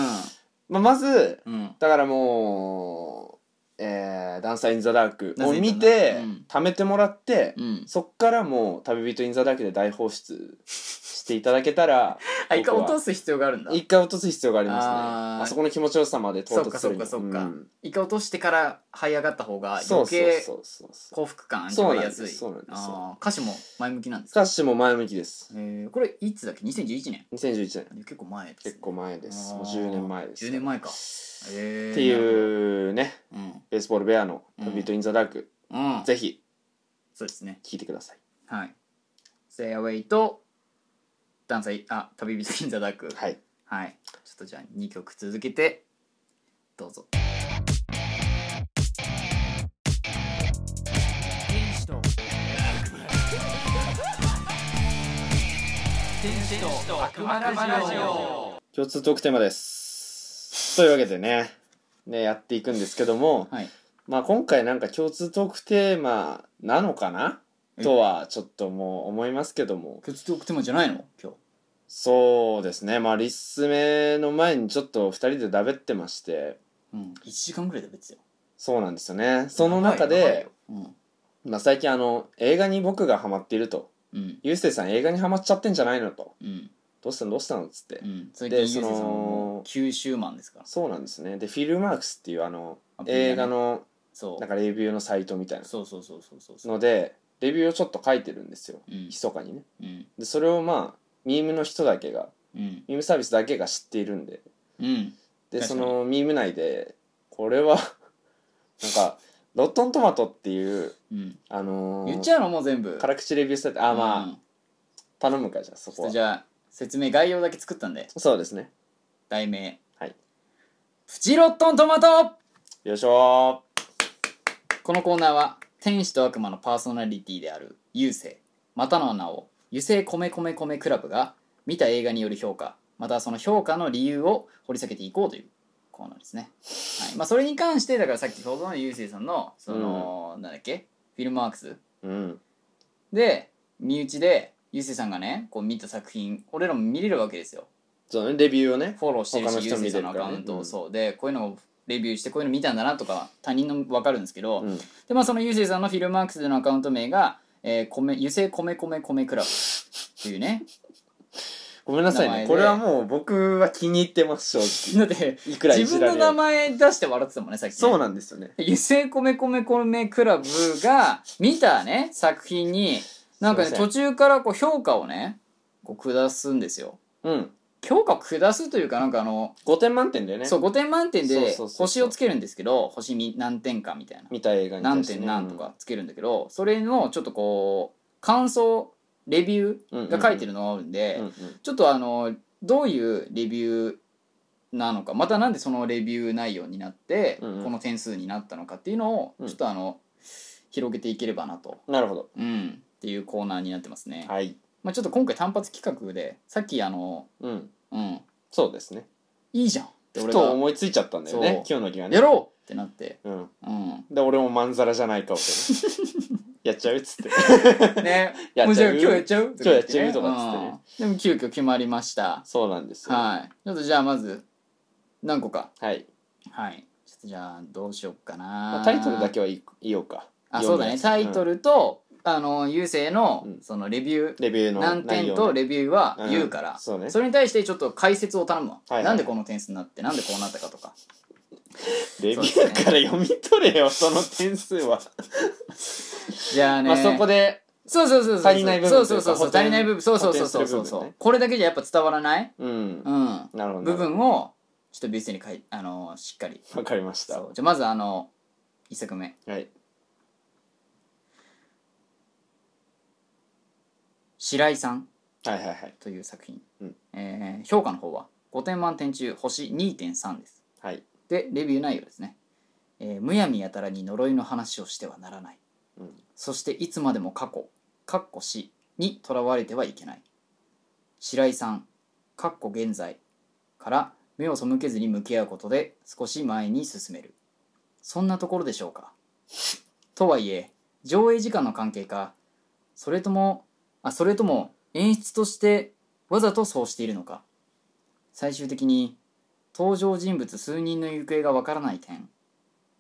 まあ、まず
うん
だからもえーダンサー・イン・ザ・ダーク
な
を
ぜかな
見て、
うん
貯めてもらって、
うん
そっからもう「旅人・イン・ザ・ダーク」で大放出していただけたら
あ一回
僕は
落とす必要があるんだ
一回落とす必要がありますね
あ
あ
ー
そこの気持ちよさまで到達するに
そっかそっかそっか
うん
一回落としてから這い上がった方が
そう
余
そう
計
そうそうそう
幸福感味わいやすい
そうなんですそうなんです
あー歌詞も前向きなんですか
歌詞も前向きです
えーこれいつだっけ2011年
2011年
結構前ですね
結構前です
あー
もう10年前です
10年前かえー、
っていうね
なるほ
ベースボールベアの「
うん
旅人・イン・ザ・ダーク
どうん、う」ん、
ぜひ
そうですね
聴いてください
はい「Stay Away」と「ダンサーあ旅人インザダーク」
はい
はい、ちょっとじゃあ2曲続けてどうぞ
共通トークテー
[laughs]
マですというわけでねねやっていくんですけども
はい
まあ今回なんか共通トークテーマなのかなとはちょっともう思いますけども
共通トークテーマじゃないの今日
そうですねまあリスメの前にちょっと2人でだべってまして
うん1時間ぐらいで別よ
そうなんですよねその中で、
うん
まあ、最近あの映画に僕がハマっていると
うん
「ゆうせいさん映画にハマっちゃってんじゃないの?」と
うん
「どうしたのどうしたの?」っつって、
うん最近
で
ゆうせいさんは
その
もう九州マンですから
そうなんですねでフィルマークスっていうあの
アプリがね
映画の
そ
な
う
んかレビューのサイトみたいな
そうそうそうそうそうそう
のでレビューをちょっと書いてるんですよ
うん
密かにね
うん
でそれをまあミームの人だけが
うん
ミームサービスだけが知っているんで
うん
で
確か
そ
に
のミーム内でこれは [laughs] なんかロットントマトっていう
うん
あのー
言っちゃうのもう全部
辛口レビューサイトあーまあ、
うん
頼むかじゃあそ
ちょ
こ
っと
は
じゃあ説明概要だけ作ったんで
そうですね
題名
はい
プチロットントマト
よいしょ
このコーナーは天使と悪魔のパーソナリティである優勢またの名を油性米米米クラブが見た映画による評価またはその評価の理由を掘り下げていこうというコーナーですね、はいまあ、それに関してだからさっきほどの優勢さんのその、なんだっけフィルムワークス
ーうん
で身内で優勢さんがねこう見た作品俺らも見れるわけですよ
そうねレビューをね
フォローしてる
他の
し
人
優勢
見て
さ
る
んの
か
ア
らね
カウント
う
を
ん
そうでこういうのをレビューしてこういうの見たんだなとか他人の分かるんですけど、
うん
でまあそのゆうせいさんのフィルマークスでのアカウント名が「えー、米油性米米米クラブ」っていうね [laughs]
ごめんなさい
名前
ね
で
これはもう僕は気に入ってます正
だって
直いくらい
自
じ
分
られ
の
よう
名前出して笑ってたもんねさっきね
そうなんですよね
油性米米米クラブが見たね作品になんかね
すいません
途中からこう評価をねこう下すんですよ
うん
評価を下すというかなんかあの、
5点満点でね
そう5点満点
そう
で
そうそうそう
星をつけるんですけど星に何点かみたいな
見た映画に
何
対して
点
ね
何とかつけるんだけどそれのちょっとこう感想レビューが書いてるのがあるんで、
うんうん
ちょっとあのどういうレビューなのかまたなんでそのレビュー内容になって、
うんうん
この点数になったのかっていうのを
うん
ちょっとあの、広げていければなと、
なるほど
うん、っていうコーナーになってますね、
はい
まあ、ちょっと今回単発企画でさっきあの
うん
うん
そうですね
いいじゃんって俺
と
が
思いついちゃったんだよね今日の日が
や
ね
ろうってなって、
う
う
ん
ん、
で俺もまんざらじゃない顔
[laughs]
でねやっちゃうっつって
ね
やっちゃう
もうじゃあ今日やっちゃう
今日やっちゃうとかっつってね
うんでも急遽決まりました
そうなんですよ
はいちょっとじゃあまず何個か
はい
はいちょっとじゃあどうしよっかな、
まあタイトルだけは言い言おうか
あそうだねタイト
ル
ルと、あの優勢の
うん
そのレビュー、
レビューの
何
内
点
容
と
ね
レビューは
うん
言うから、
そうね
れに対してちょっと解説を頼むわ、
はいはい
なんでこの点数になってなんでこうなったかとか
レビ
そうで
ュー
すね
から読み取れよその点数
[laughs]
は
じゃあね、
まあそこで
そうそうそうそう
足りない部分
そうそうそうそう
というか
足りない部分そうそうそうそうそ
補
う
填する部分ね
これだけじゃやっぱ伝わらない、
うん
うん、
なるほどな
部
るほど
分をちょっとビューにかいあのしっかり
わかりました
そうじゃあまずあの一作目
はい
白井さん
はいはいはい
という作品、
うん
えー評価の方は5点満点中星2.3です
はい
でレビュー内容ですね、えーむやみやたらに呪いの話をしてはならない、
うん
そしていつまでも過去かっこ死にとらわれてはいけない白井さんかっこ現在から目を背けずに向き合うことで少し前に進めるそんなところでしょうか [laughs] とはいえ上映時間の関係かそれともあそれとも演出としてわざとそうしているのか最終的に登場人物数人の行方がわからない点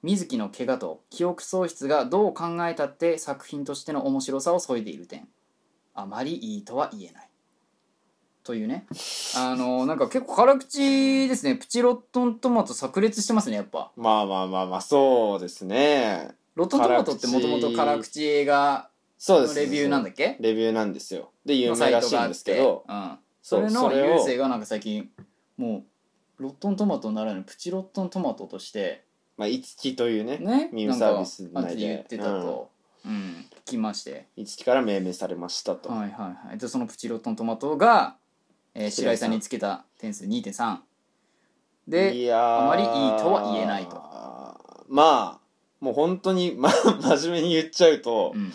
水木の怪我と記憶喪失がどう考えたって作品としての面白さを削いでいる点あまりいいとは言えないというねあのなんか結構辛口ですねプチロットントマト炸裂してますねやっぱ
まあまあまあまあそうですね
ロットントマトってもともと辛口映画
そうで
の
すね
レビューなんだっけ
レビューなんですよで有
の
名らしいんですけど
うん、
そ
そうれ
そ
の
れを
優勢がなんか最近もうロットントマトならぬプチロットントマトとして
まあ五木というね
ね
ミー
な
ム
んか
サービス
あっ
内
ちで
で
言ってたと、うん聞きまして
五木から命名されましたと、
はいはいはいでそのプチロットントマトが、えー白
白
井
井
さ
さ
ん
ん
につけた点数2.3で
やー
あまりいいとは言えないと
まあもう本当に [laughs] まあ真面目に言っちゃうと、
うん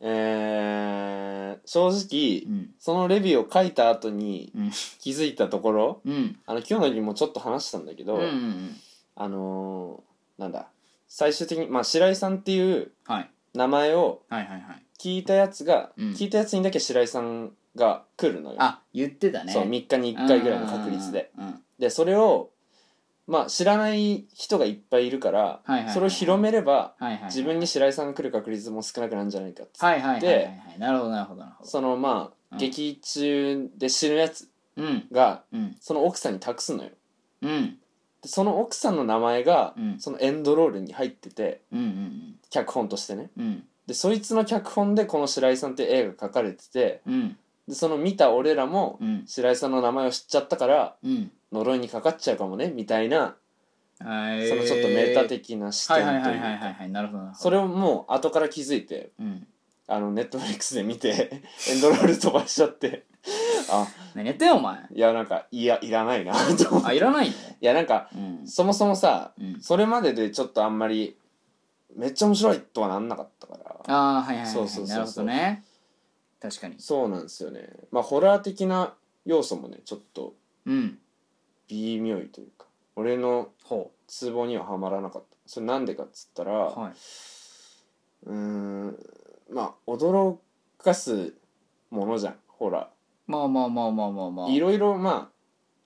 えー正直、
うん
そのレビューを書いた後に
うん
気づいたところ
うん
あの今日の日もちょっと話したんだけ
う
ど、
んうんうん
あのーなんだ最終的に、まあ、白井さんっていう
はい
名前を
はいはいはい
聞いたやつが、
うん
聞いたやつにだけ白井さんが来るのよ、
あ言ってたね
そう3日に1回ぐらいの確率で
うんうんうん
でそれをまあ知らない人がいっぱいいるから、
いはいはいはい
それを広めれば
はいはいはい
自分に白井さんが来る確率も少なくなるんじゃないかっつって
はいはいはいはいはいなるほどなるほどなるほど
そのまあ、
うん
劇中で死ぬやつ
うん
が
うん
その奥さんに託すのよ
うん
でその奥さんの名前が、
うん
そのエンドロールに入ってて
うんうん
脚本としてね
うん
でそいつの脚本でこの白井さんって映画書かれてて
うん
でその見た俺らも
うん
白井さんの名前を知っちゃったから
うん
呪いにかかっちゃうかもねみたいな
そ
その
の
ちょっとメタ的な視
はい
点
はい
と
はいいはいうはいはいなるほどなるほど
それをもう後から気づいて
うん
あのネットフリックスで見て [laughs] エンドロール飛ばしちゃってあ
何やってんのお前
いやなんかいやいらないな [laughs] と思って
あいらないの
いやなんか
うん
そもそもさ
うん
それまででちょっとあんまりめっちゃ面白いとはなんなかったから
ああはいはいはい
そうそうそうそう
なるほどね確かに
そうなんですよねまあホラー的な要素もねちょっと
うん
微妙いというか俺の
ほ
ツボにははまらなかったそれなんでかっつったら、
うはいう
ーんまあ驚かすものじゃんホラ
まあまあまあまあまあまあ
ーいろいろま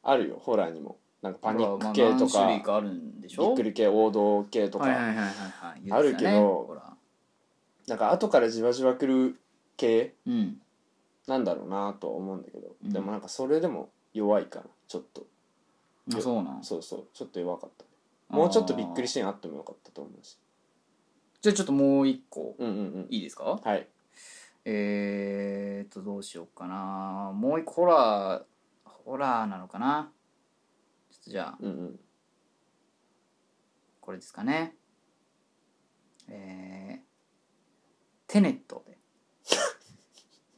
ああるよホラーにもなんかパニック系
ま
と
あまあ何種類
か
かあるんでしょ
びっくり系王道系とか、
はいはいはいはいはい言ってたね
あるけど
ほら
なんか後からじわじわくる系
うん
なんだろうなとは思うんだけど、
うん
でもなんかそれでも弱いかなちょっと
あそうなん
そうそうちょっと弱かったもうちょっとびっくりシーンあってもよかったと思うし
じゃあちょっともう一個
うんうんうん
いいですか
はい
えーっとどうしようかなもう一個ホラーホラーなのかなちょっとじゃあ
うんうん
これですかねえー、テネット [laughs] で、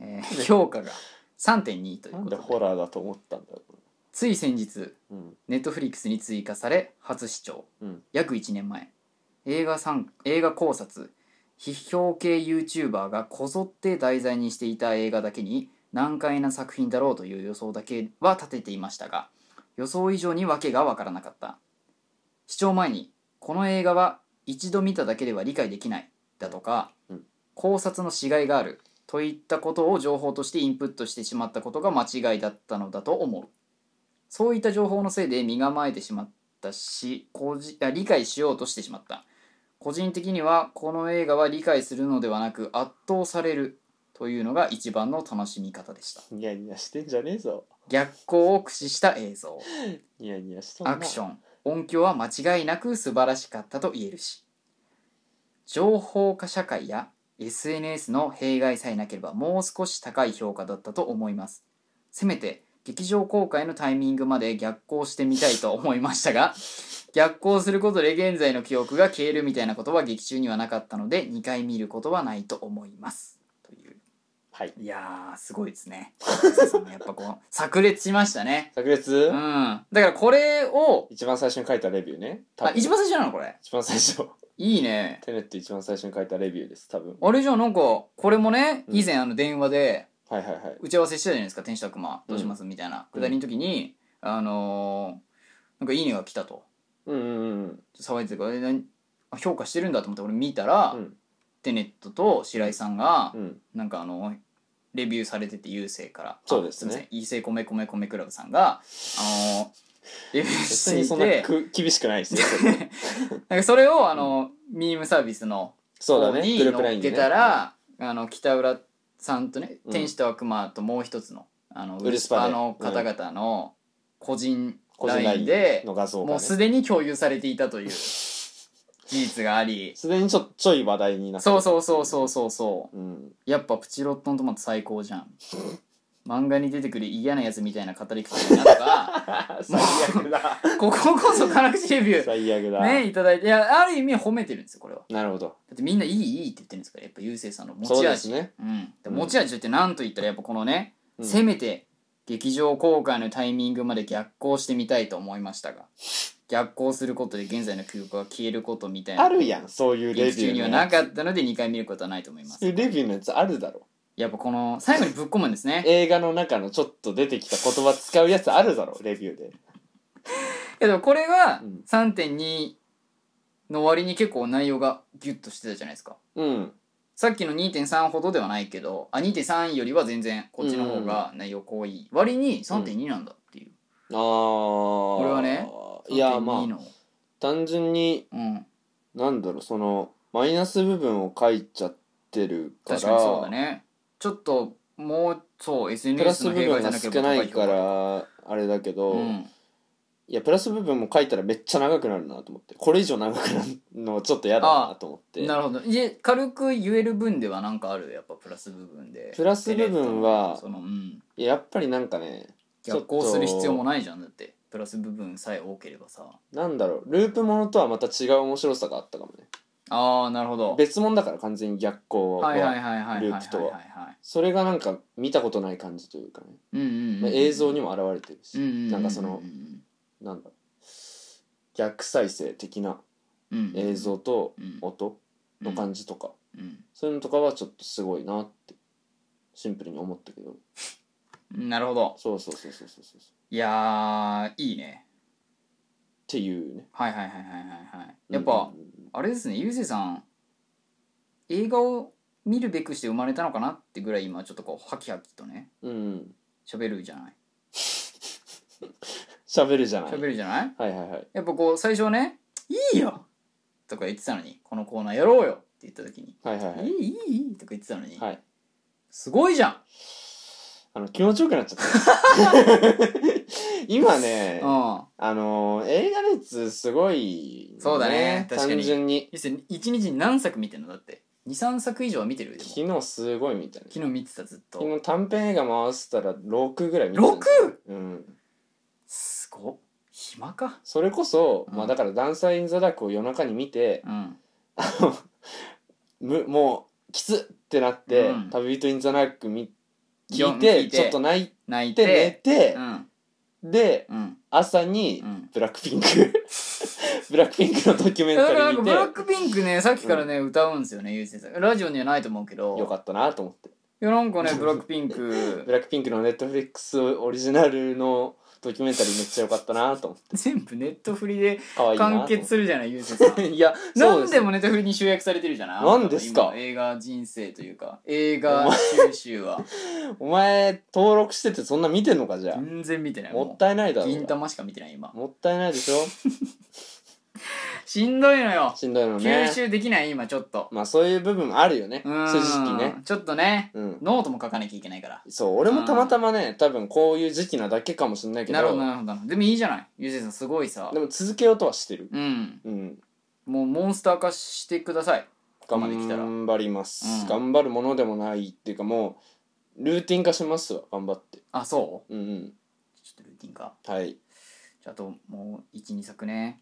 えー評価が3.2とい
な
うんこ
で
とで
ホラーだと思ったんだろ
つい先日
ううん
ネットフリックスに追加され初視聴、
うん
約1年前映画三映画考察批評系 YouTuber がこぞって題材にしていた映画だけに難解な作品だろうという予想だけは立てていましたが予想以上に訳が分からなかった視聴前にこの映画は一度見ただけでは理解できないだとか、
うん
考察のしがいがあるといったことを情報としてインプットしてしまったことが間違いだったのだと思うそういった情報のせいで身構えてしまったしこじあ理解しようとしてしまった個人的にはこの映画は理解するのではなく圧倒されるというのが一番の楽しみ方でした
ニヤニヤしてんじゃねえぞ
逆光を駆使した映像
ニヤニヤしとんな
アクション音響は間違いなく素晴らしかったと言えるし情報化社会や SNS の弊害さえなければもう少し高い評価だったと思いますせめて劇場公開のタイミングまで逆行してみたいと思いましたが逆行することで現在の記憶が消えるみたいなことは劇中にはなかったので2回見ることはないと思いますという
はい
いやーすごいですねやっぱこう炸裂しましたね
炸裂、
うんだからこれを
一番最初に書いたレビューね多
あ
分
一番最初なのこれ
一番最初
いいね
テネット一番最初に書いたレビューです多分
あれじゃあなんかこれもね
うん
以前あの電話で
はいはいはい
打ち合わせしたじゃないですか「天使と悪魔どうします?」みたいなくだりの時にあのーなんか「いいね」が来たと
うんうん
騒いでたからえ何あ評価してるんだと思って俺見たら
うん
テネットと白井さんが
うんうん
なんかあのレビューされてて郵政から
そうですね
あいません郵政米米米クラブさんがあのー指
[laughs] 別
して
に
い
そんな
て
く厳しくないですよそれ
なんかそれをあの、ミームサービスの
[laughs] そうだ
方
ね
に
グループライ
乗
ン
っ
で、
け
ね、
たら、あの北浦さんとね
うん
天使と悪魔ともう一つのあの
ウ
ウ
ル
ル
ス
ス
パ
パ
で
の方々の個人
個人ラ
ラ
イ
イ
ン
ンで
の画像が、ね、
もうすでに共有されていたという事実があり
すでにちょちょい話題になって
そうそうそうそうそうそう
うん
やっぱプチロットントマト最高じゃん漫画に出てくる嫌なやつみたいな語り口になと
[laughs]
か
[laughs] 最悪だ
こここそ辛口レビュー
[laughs] 最悪だ、
ねいただいていやある意味褒めてるんですよこれは
なるほど
だってみんないいいいって言ってるんですからやっぱ優勢さんの持
そう
ち
です
味
ね
うん、で
うん
持ち味って何と言ったらやっぱこのね、
うん
せめて劇場公開のタイミングまで逆行してみたいと思いましたが逆行することで現在の記憶が消えることみたいな
あるやんそういうレビ
劇
ュ
中
ー
には
の
な
やつ
かったので2回見ることはないと思いま
そう
す
いうレビューのやつあるだろ
やっぱこの最後にぶっ込むんですね
映画の中のちょっと出てきた言葉使うやつあるだろレビューで
けどこれは
うん
3.2の割に結構内容がギュッとしてたじゃないですか
うん
さっきの2.3ほどではないけどあ2.3よりは全然こっちの方が内容濃い割に3.2なんだっていう、
ああ
れはね
いやま
3.2
あ
の
単純に
うん
なんだろうそのマイナス部分を書いちゃってるから
確かにそうだねちょっともうそう
プラス
SNS
部
の弊害
分
じゃ
が
なけ
少
れば
ないか
高評
らあれだけ
価
ど、
うん、
いやプラス部分も書いたらめっちゃ長くなるなと思ってこれ以上長くなるのちょっと嫌だなと思って
なるほどいえ軽く言える分ではなんかあるやっぱプラス部分で
プラス部分は
その、うん、
いややっぱりなんかねちょっ
逆
と
行する必要もないじゃんだってプラス部分さえ多ければさ
なんだろうループものとはまた違う面白さがあったかもね
ああなるほど
別物だから完全に逆光は,、
はいはいはいはいはいはい
ル
は
ー
い
プとは
はい
それがなんか見たことない感じというかね、
うんうんうん
まあ映像にも現れてるし、
ううう
なんかその
う、ん
なんだ逆再生的な
うんうん
映像と
うん
音の感じとか、
うん
そういうのとかはちょっとすごいなってシンプルに思ったけど
うんなるほど
そうそうそうそうそうそうっ
いやーいいね
ていうね
はいはいはいはいはいはいやっぱ、
うん
あれですねゆうせいさん映画を見るべくして生まれたのかなってぐらい今ちょっとこうハキハキとね
うん
喋るじゃない
喋るじゃない
喋るじゃない
はいはいはい
やっぱこう最初ね「いいよ!」とか言ってたのに「このコーナーやろうよ!」って言った時に
はいはいは
「いい
い
いいいい」とか言ってたのに
はい
すごいじゃん
あの気持ちよくなっちゃった
[laughs]
今ね
うん
あのー映画熱すごい、
そうだね確かに
単純に
ゆうせい一日に何作見てんのだって23作以上は見てるでも
昨日すごいみたいな
昨日見てたずっ
昨
と
日短編映画回したら6ぐらい見てたんですよ
6!
うん
すごっ暇か
それこそ、
うん
まあだから「ダンサー・イン・ザ・ダーク」を夜中に見て [laughs]
うん
むもうきつってなって「
うん
旅人・イン・ザ・ダーク見」聞い
よ
てちょっと泣い
泣い
て寝
て
て
う、ん
で
うん
朝に
うん
ブラックピンク [laughs] ブラックピンクのドキュメン
だか
タリ
らなんか
ー見
ブ
て
ラックピンクねさっきからね、歌うんですよねゆうせいさんラジオにはないと思うけど
よかったなと思って
いやなんかねブラックピン
ブ [laughs]
ク
ラックピンクのネットフリックスオリジナルのドキュメンタリーめっちゃよかったなと思って
全部ネットフリで
可愛いなと思
完
って
結するじゃないゆうせいさん
いや [laughs] そう
なんでもネットフリに集約されてるじゃない
なんですか
今の映画人生というか映画収集は
お前登録しててそんな見てんのかじゃあ
全然見てない
もっ
い
たいないだろうが
銀玉しか見てない今
もったいないで
[laughs]
しょ
しんどいのよ
しんどいのね
吸収できない今ちょっと
まあそういう部分あるよね
う
正
ーん
直ね
ちょっとね
うん
ノートも書かなきゃいけないから
そう俺もたまたまね多分こういう時期なだけかもしれないけど
なるほどなるほどでもいいじゃないゆうせいさんすごいさ
でも続けようとはしてる
うん
うん
もうモンスター化してください我慢できたら
頑張ります、
うん
頑張るものでもないっていうかもうルーティン化しますわ頑張って
あそう
うんうん
ちょっとルーティンか
はい
じゃああともう12作ね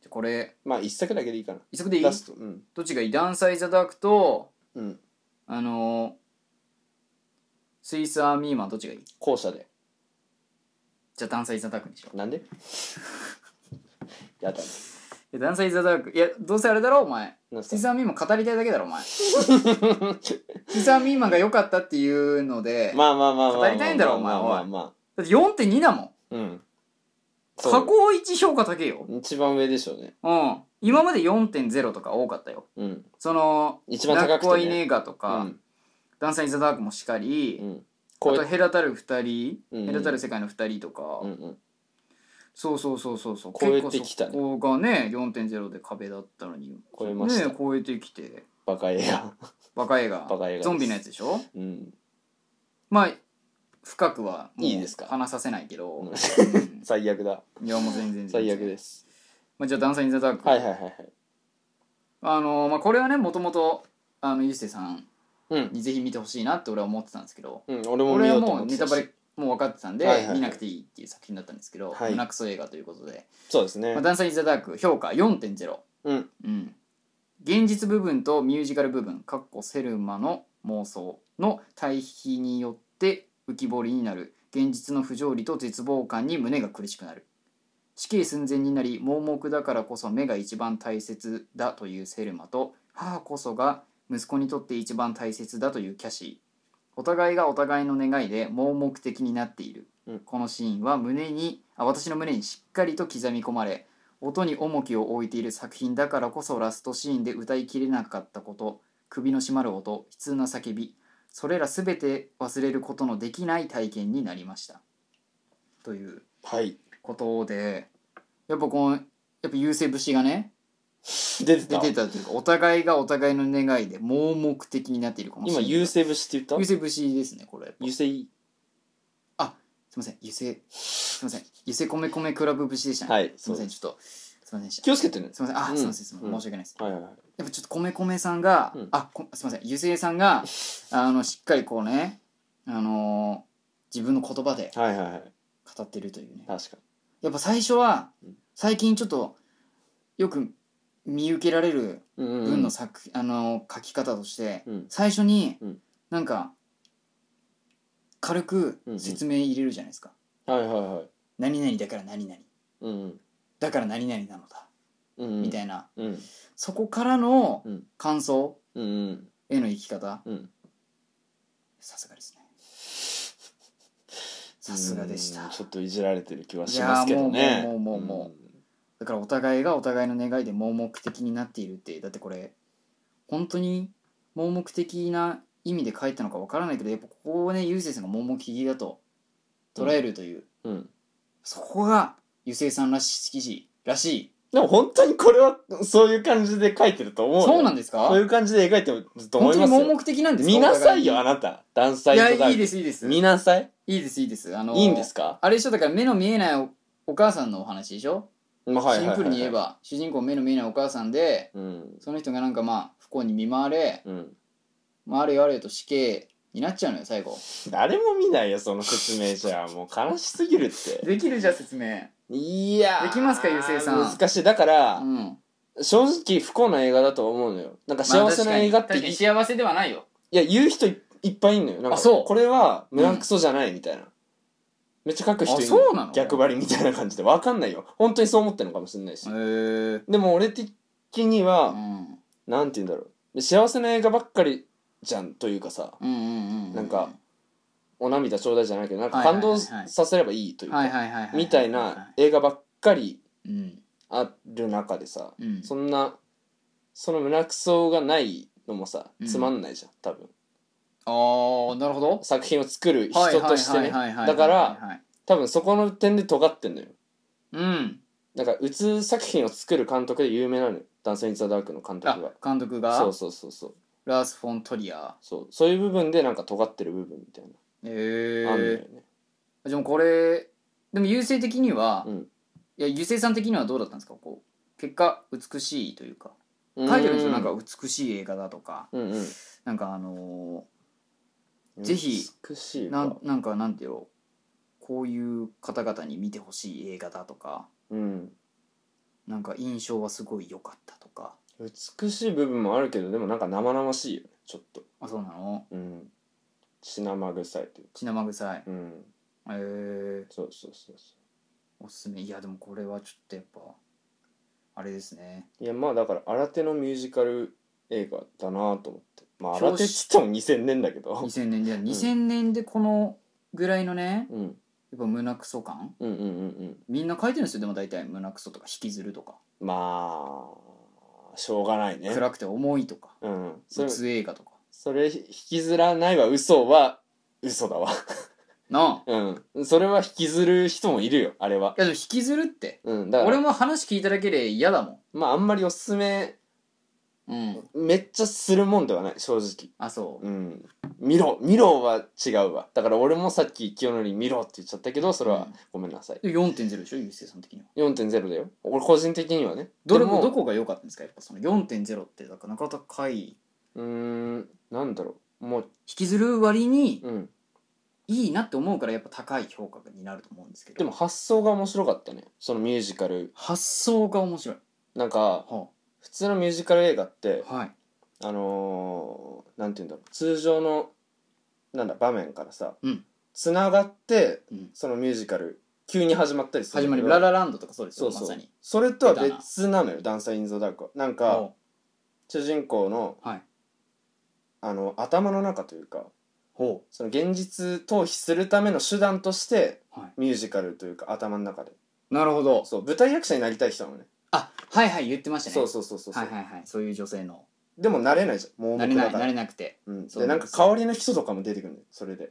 じゃあこれ
まあ一作だけでいいかな
一作でいい
ラストうん
どっちがいいダンサイ・ザ・ダークと
うん
あのースイス・アーミーマンどっちがいい
後者で
じゃあダンサイ・ザ・ダークにしよう [laughs]
なんでやだね
いやダンサイ・ザ・ダークいやどうせあれだろお前
なん
スイス・
す [laughs] か
アーミーマン語りたいだけだろお前スイス・アーミーマンが良かったっていうので、
まあまあまあまあまあ
語りたいんだろお前
まあまあまあ
おい
まあま
だって4.2だもん
あうんそう
過去一評価高いよ
一番上でしょうね
うん今まで4.0とか多かったよ
うん
その
一番
ラ
高
ッコ
く
イ
て
ネ
ね
ーガとか、
うん
ダンサー・イン・ザ・ダークもしかり、
うん
あ
こう
と隔たる二人、
うん
隔たる世界の二人とか、
うんうん
そうそうそうそうそう
超えてきたね
結構そこがね4.0で壁だったのに
超えました
ね超えてきて
バカエア
バカ映画
バカ映画です
ゾンビのやつでしょ
[laughs] うん
まあ深くはもう
いいですか
話させないけど、
うん
う
最悪だ
んいやもう全然、
最悪ですす
まあ、じゃあ「ダンサー・イン・ザ・ダーク」
はいはいはいはい
あのまあ、これはねもともとあのゆうせいさん
うん
にぜひ見てほしいなって俺は思ってたんですけど
うん俺も見
俺
よ
は
うと思
もう
って
ネタ
た
バ
し
レもう分かってたんで、
はいはいはい
見なくていいっていう作品だったんですけど、
はい
胸クソ映画ということで
そうです
「
ね
まあ、ダンサー・イン・ザ・ダーク」評価4.0
うん
うん、現実部分とミュージカル部分かっこセルマの妄想の対比によって浮き彫りになる現実の不条理と絶望感に胸が苦しくなる死刑寸前になり盲目だからこそ目が一番大切だというセルマと母こそが息子にとって一番大切だというキャシーお互いがお互いの願いで盲目的になっている、
うん
このシーンは胸にあ私の胸にしっかりと刻み込まれ音に重きを置いている作品だからこそラストシーンで歌いきれなかったこと首の締まる音悲痛な叫びそれら全て忘れることのできない体験になりましたという
はい
ことでやっぱこのやっぱ優勢節がね
出て
出
た
てたというかお互いがお互いの願いで盲目的になっているこのシー
今
ン
優勢節って言
優
った
勢節ですねこれやっぱ
優勢
すいません優勢すいません優勢米米クラブ節でしたね、
はい
すいませ
そうんで
ちょっとすいませんでした
気をつけてね
すいませんあ、
うん
すいませんすいません
う
申
ん
し訳ないです
はいはいはい
やっぱちょっと米米さんが、
うん
あこすいませんゆせいさん
[laughs]
があのしっかりこうねあのー自分の言葉で
はいはいはい
語ってるというね
確か
やっぱ最初は
うん
最近ちょっとよく見受けられる
にうん
文の作、あのー書き方として、
うん
最初に
うん
なんか軽く
うんうん
説明入れるじゃないですか、
はいはいはい
何々だから何々
うん
だから何々なのだ、
うん
みた
い
いな
なうん
そこからの
うん
感想
うんうん
への生き方、
うん
さすがですね
[laughs]
さすがでした
うんちょっといじられてる気はし
いやー
ますけどね
もうもうもうもうもだからお互いがお互いの願いで盲目的になっているってだってこれ本当に盲目的な意味で書いたのかわからないけどやっぱここをねゆうせいさんが盲目的だと捉えるという、
うんうん
そこがゆうせいさんらしいらしい
でも本当にこれはそういう感じで描いてると思うよ
そうなんですか
そういう感じで描いてると思
本
い
当に
ます
盲
よ
目的なんですか
見なさいよあ
お
なたダンサ
互
イ
い
ド
にいやいい
ダーク
ですいいです
見
い
なさい
いですいいですあのー
いいんですか
あれでしょだから目の見えないおお母さんのお話でしょ
まあはいはい
シン
はい
プ
は
ル
い
に言えば主人公目の見えないお母さんで
うん
その人がなんかまあ不幸に見舞われ、
うん
まあ、あれよあれよと死刑になっちゃうのよ最後
誰も見ないよその説明じゃもう悲しすぎるって
できるじゃん説明
いやー
できますかゆうせいさん
難しいだから、
うん
正直不幸な映画だと思うのよなんか幸せな映画って、いい
幸せではないよ
や言う人いいっぱいいんのよなん
あ
か
そう
これは胸クソじゃないみたいな、めっちゃ書く人いる
あそうなの
逆張りみたいな感じで分かんないよ本当にそう思ってるのかもしれないし、
へえ
でも俺的に
う
は、
ん
なんて言うんだろう幸せな映画ばっかりじゃんというかさ
うんうんうん
なんかお涙ちょうだいじゃないけどなんか
はいはい
感
はいは
動
い
させればいいというか、
はいはいはいは
みたいな映画ばっかり
うん
ある中でさ、
うん
そんなその胸くそがないのもさ
うん
つまんないじゃん多分
あーなるほど
作品を作る人としてね
はいはいはいはいはいはい
だか
はい
ら
はい
多分そこの点で尖ってんのよ
うん
なんかうつ作品を作る監督で有名なのよ「ダンス・イン・ザ・ダーク」の監
あ
督が
監督が
そうそうそうそう
ラース・フォントリア
そうそういう部分でなんか尖ってる部分みたいな、
へ
あんのよ
え
ね
でもこれでも優勢的には、
うん
いや優勢さん的にはどうだったんですかこう結果美しいというか書いてるんですよなんか美しい映画だとか
うんうん
なんかあの
うん
ぜひ
美しい
ー
か
なんなんかなんていうのこういう方々に見てほしい映画だとか
うん
なんか印象はすごい良かったとか
美しい部分もあるけどでもなんか生々しいよねちょっと
あそうなの
うん血生臭いというか
血生臭い
うん
へえ
そうそうそうそ
おすすめいやでもこれはちょっとやっぱあれですね
ういやまあだから新手のミュージカル映画だなと思ってまあ
表紙
新手っつっても2000年だけど
2000年で2000年でこのぐらいのね
うん
やっぱ胸クソ感
うんうんうんうん
みんな書いてるんですよでも大体胸クソとか引きずるとか
まあしょうがないね
暗くて重いとか
うん
う
それ
つ映画とか
それ引きずらないは嘘は嘘だわ
なあ
うん。それは引きずる人もいるよ、あれは。
いやでも引きずるって
うん。だから、
俺も話聞いただけで嫌だも
まああんまりおすすめ、
んうん
めっちゃするもんではない、正直。
あそう
うん。見ろ、見ろは違うわ。だから俺もさっき清則に見ろって言っちゃったけど、それ
う
は
ん
ごめんなさい。
で4.0でしょゆうせいさん的には
4.0だよ。俺個人的にはね。
どれ
でも
どこが良かったんですかやっぱその4.0ってだからなかなか高い引
うーん、なんだろう。もう、
きずる割に
うん。
いいなって思うからやっぱ高い評価になると思うんですけど
でも発想が面白かったね。そのミュージカル。
発想が面白い
なんか、
は
普通のミュージカル映画って、
あはい
あのー、なんて言うんだろう通常のなんだ場面からさ、
うん
つながって、
うん
そのミュージカル急に始まったりする
始まり「
んだ
ラ
けど
ラランド」とかそうです
そ
よ
う
ま
そう、
さに
それとは別なのよ「ダンサー・イン・ザ・ダークは」なん
お
か
う
主人公の
はい
あの頭の中というか
ほ
その現実逃避するための手段として、
はい
ミュージカルというか頭の中で
うなるほど
そう舞台役者になりたい人なのね
あはいはい言ってましたね
そうそうそうそう、
はいはいはいそういう女性の
でもなれないじゃんもう
なれないなれなくて
うん、
そう
でなんか代わりの人とかも出てくるのよそれで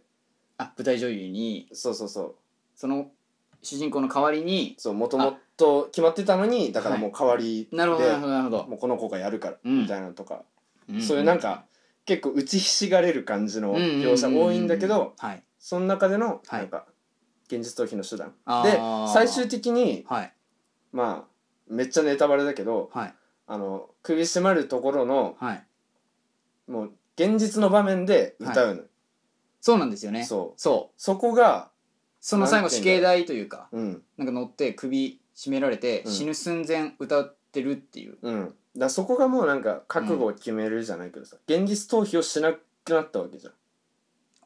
あ舞台女優に
そうそうそう
その主人公の代わりに
そうもともと決まってたのにだからもう代わりで、
なるほどなるほどなるほど、
もうこの子がやるから、
うん
みたいなのとか、
ん
そういうなんか結構打ちひしがれる感じの
うんうんうんうん
描写多いんだけど、
はい
その中での
はい
なんか現実逃避の手段、
あー
で最終的に
はい
まあめっちゃネタバレだけど
はい
あの首絞まるところの
はい
もう現実の場面で歌うの、
そうなんですよね
そう
そう
そこが
その最後
なんて
死
言
刑
うんだ
台というか
うん
なんか乗って首絞められて、
うん
死ぬ寸前歌ってるっていう
うんだからそこがもうなんか覚悟を決めるじゃないけどさ、現実逃避をしなくなったわけじゃん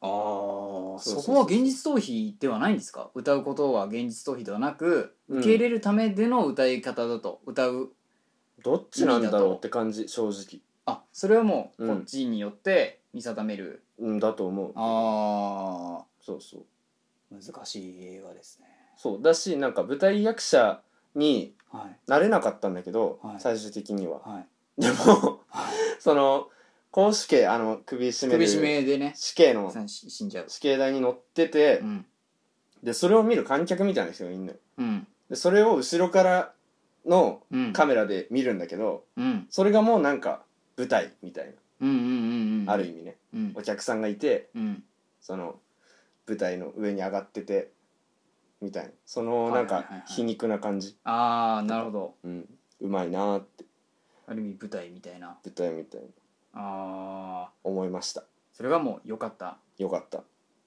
あー
そう
そ
そうそう
こは現実逃避ではないんですか歌うことは現実逃避ではなく
うん
受け入れるためでの歌い方だと歌う
どっちなんだろうって感じ正直
あそれはもうこ
うん
っちによって見定める、
うんだと思う
あ
そうそう
ー難しい映画ですね
そうだしなんか舞台役者に
はい
なれなかったんだけど、
はい
最終的には、
はい
でも [laughs] その公主刑あの首絞め
首
る
絞めでね
死刑の
し死んじゃう
死刑台に乗ってて、
うん
でそれを見る観客みたいな人がいるのよ
うん
でそれを後ろからの
うん
カメラで見るんだけど、
うん
それがもうなんか舞台みたいな、
うんうんうんうん
ある意味ね
うん
お客さんがいて
うん
その舞台の上に上がっててみたいなそのなん
はい
か
はいはいはい
皮肉な感じ、
ああなるほど
うん、うまいなーって
ある意味舞台みたいな
舞台みたいな
あー
思いました
それがもう良かった
よかった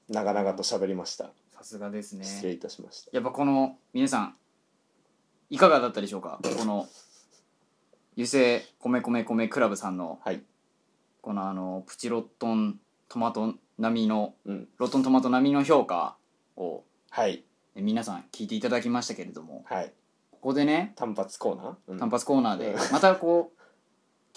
長々と喋りました、
さすがですね
失礼いたしました
やっぱこの皆さんいかがだったでしょうかこの油性米米米クラブさんの、
はい
このあのプチロットントマト並みの
うん
ロットントマト並みの評価を
はい
え皆さん聞いていただきましたけれども
はい
ここでね
単発コーナー、うん、
単発コーナーで
う
またこう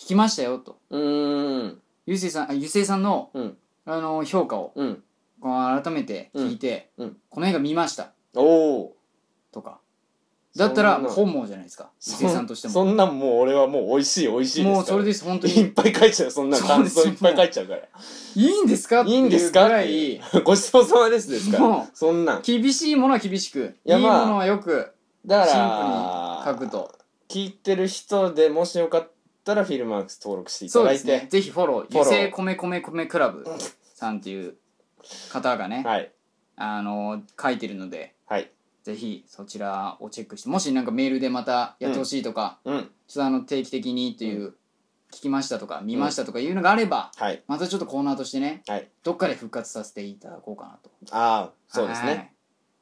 聞きましたよと
うーん
ゆうせいさんあゆうせいさんの
うん
あの評価を
うん
こう改めて聞いて、
うんうん
この映画見ました
おお
とかだったら
そんな
本望じゃないですかゆうせいさんとしても
そんなんもう俺はもう美味しい美味しいですから
もうそれです本当
い
に
っぱい書いちゃうそんな
そうで
感
すよ
想いっぱい書いちゃうから
いいんですかって
い
い
いん
う
です
ぐ
かっ
ら
て
い
いうごちそうさまですですから
もう
そんなん
厳しいものは厳しくい
いや
いも
まあ
のはよく
だ
シン
から
プルに書くと
聞いてる人でもしよかったらフィルマークス登録していた
そう
だ
で
い
す
て、
ねぜひフォロー
フォロー
油性米米米クラブさんっていう方がね、
はい
あの書いてるので
はい
ぜひそちらをチェックしてもしなんかメールでまたやってほしいとか、
うん
ちょっとあの定期的にという、聞きましたとか見ましたとかいうのがあれば、
はい
またちょっとコーナーとしてね
はい
どっかで復活させていただこうかなと
ああそうです
はい
ね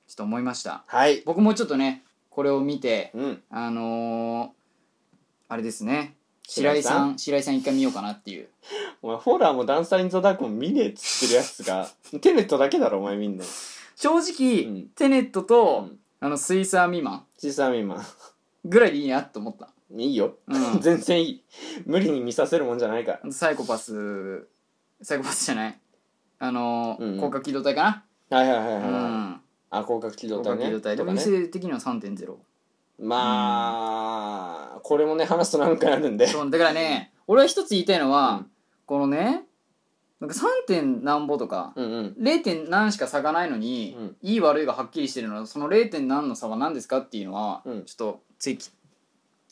ちょっと思いました
はい
僕もちょっとねこれを見て
うん
あのー、あれですね白井さん白井さん一回見ようかなっていう
お前ホラーもダンサー・イン・ザ・ダークも見ねえっつってるやつ
[laughs]
がテネットだけだろお前みんな
正直、
うん
テネットと、
うん
あのスイサー未満
小さみま
ぐらいでいいなと思った
いいよ、
うん
[laughs] 全然いい無理に見させるもんじゃないから
サイコパスサイコパスじゃないあのー
うんうん
広角機動隊かな
はいはいはいはい、
うん
あ広角機動
広
隊
角機
ね
動隊で
と
も
か
優
ね
勢的には3.0
まあ、これもね話すと何回あるんで
そうだからね俺は一つ言いたいのは、
うん
このねなんか3点なんぼとか、
うんうん
0. 点何しか差がないのに、
うん
いい悪いがはっきりしてるのはその 0. 点何の差は何ですかっていうのは、
うん
ちょっとついつ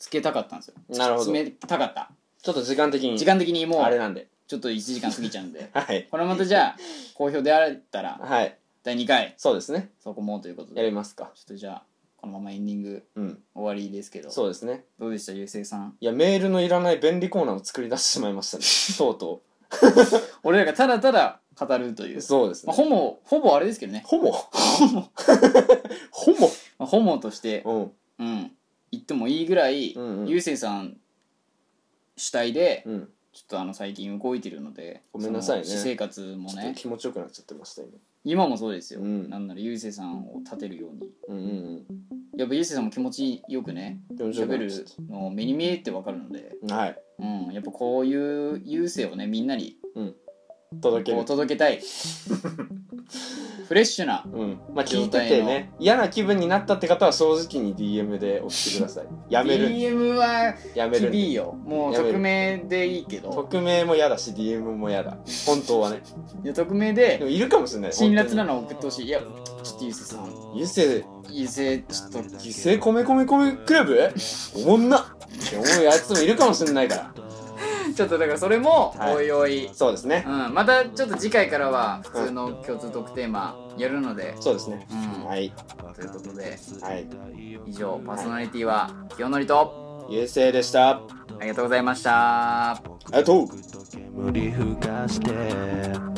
けたかったんですよ
なるほど
詰めたかった
ちょっと時間的に
時間的にも
あれ
う
なんで
ちょっと1時間過ぎちゃうんで
はい
これまたじゃあ好評であったら
はい
第2回
そうですね
そこもということ
や
で
りますか
ちょっとじゃあこのままエンディング
うん
終わりですけど
そうですね
どうでしたゆうせいさん
いやメールのいらない便利コーナーを作り出してしまい
[laughs]
ましたねとうと
俺らがただただ語るという
うそうです
まあ、
ね
ほぼほぼあれですけどね、
ほ
[laughs]
ぼほぼ
まあ、ホモとして、
うん
うん、言ってもいいぐらい、
うんうん
ゆうせいさん主体で、
うん
ちょっとあの最近動いてるので
ごめんなさいね
その私生活も
ちょっと
ね
気持ちよくなっちゃってました今
今もそうですよ、
うん
なんならゆうせいさんを立てるように
うんうん
やっぱゆうせいさんも気持ちよくね
うん気持ちよく
喋
なっ
る
ちゃっ
のを目に見えてわかるので、
たはい
うん、やっぱこういうゆうせいをねみんなに
届け
こ
る
う届けた [laughs] いフレッシュな
うん、まあ聞いててね嫌な気分になったって方は正直に DM で送って
[laughs]
くださいやめる
DM は
やめる
厳いよもう
やめる
匿名でいいけど
匿名も嫌だし DM も嫌だ本当はね
いや匿名
で
で
もいるかもしれない
辛辣な
の
の送ってほしいいやちょっとゆうせいさん
ゆせ
ゆうせいちょっと
ゆせ米米米クラブおもんなって思うやつもいるかもしれないから
[laughs] ちょっとだからそれも
はい
おいおい、
そうですね
うん、またちょっと次回からは普通の共通トークテーマやるので、
そうですね
うん
はい
ということで
はい
以上パーソナリティは清則と
ゆせでしたあ
ありがとうございました
りがとう
煙ふかして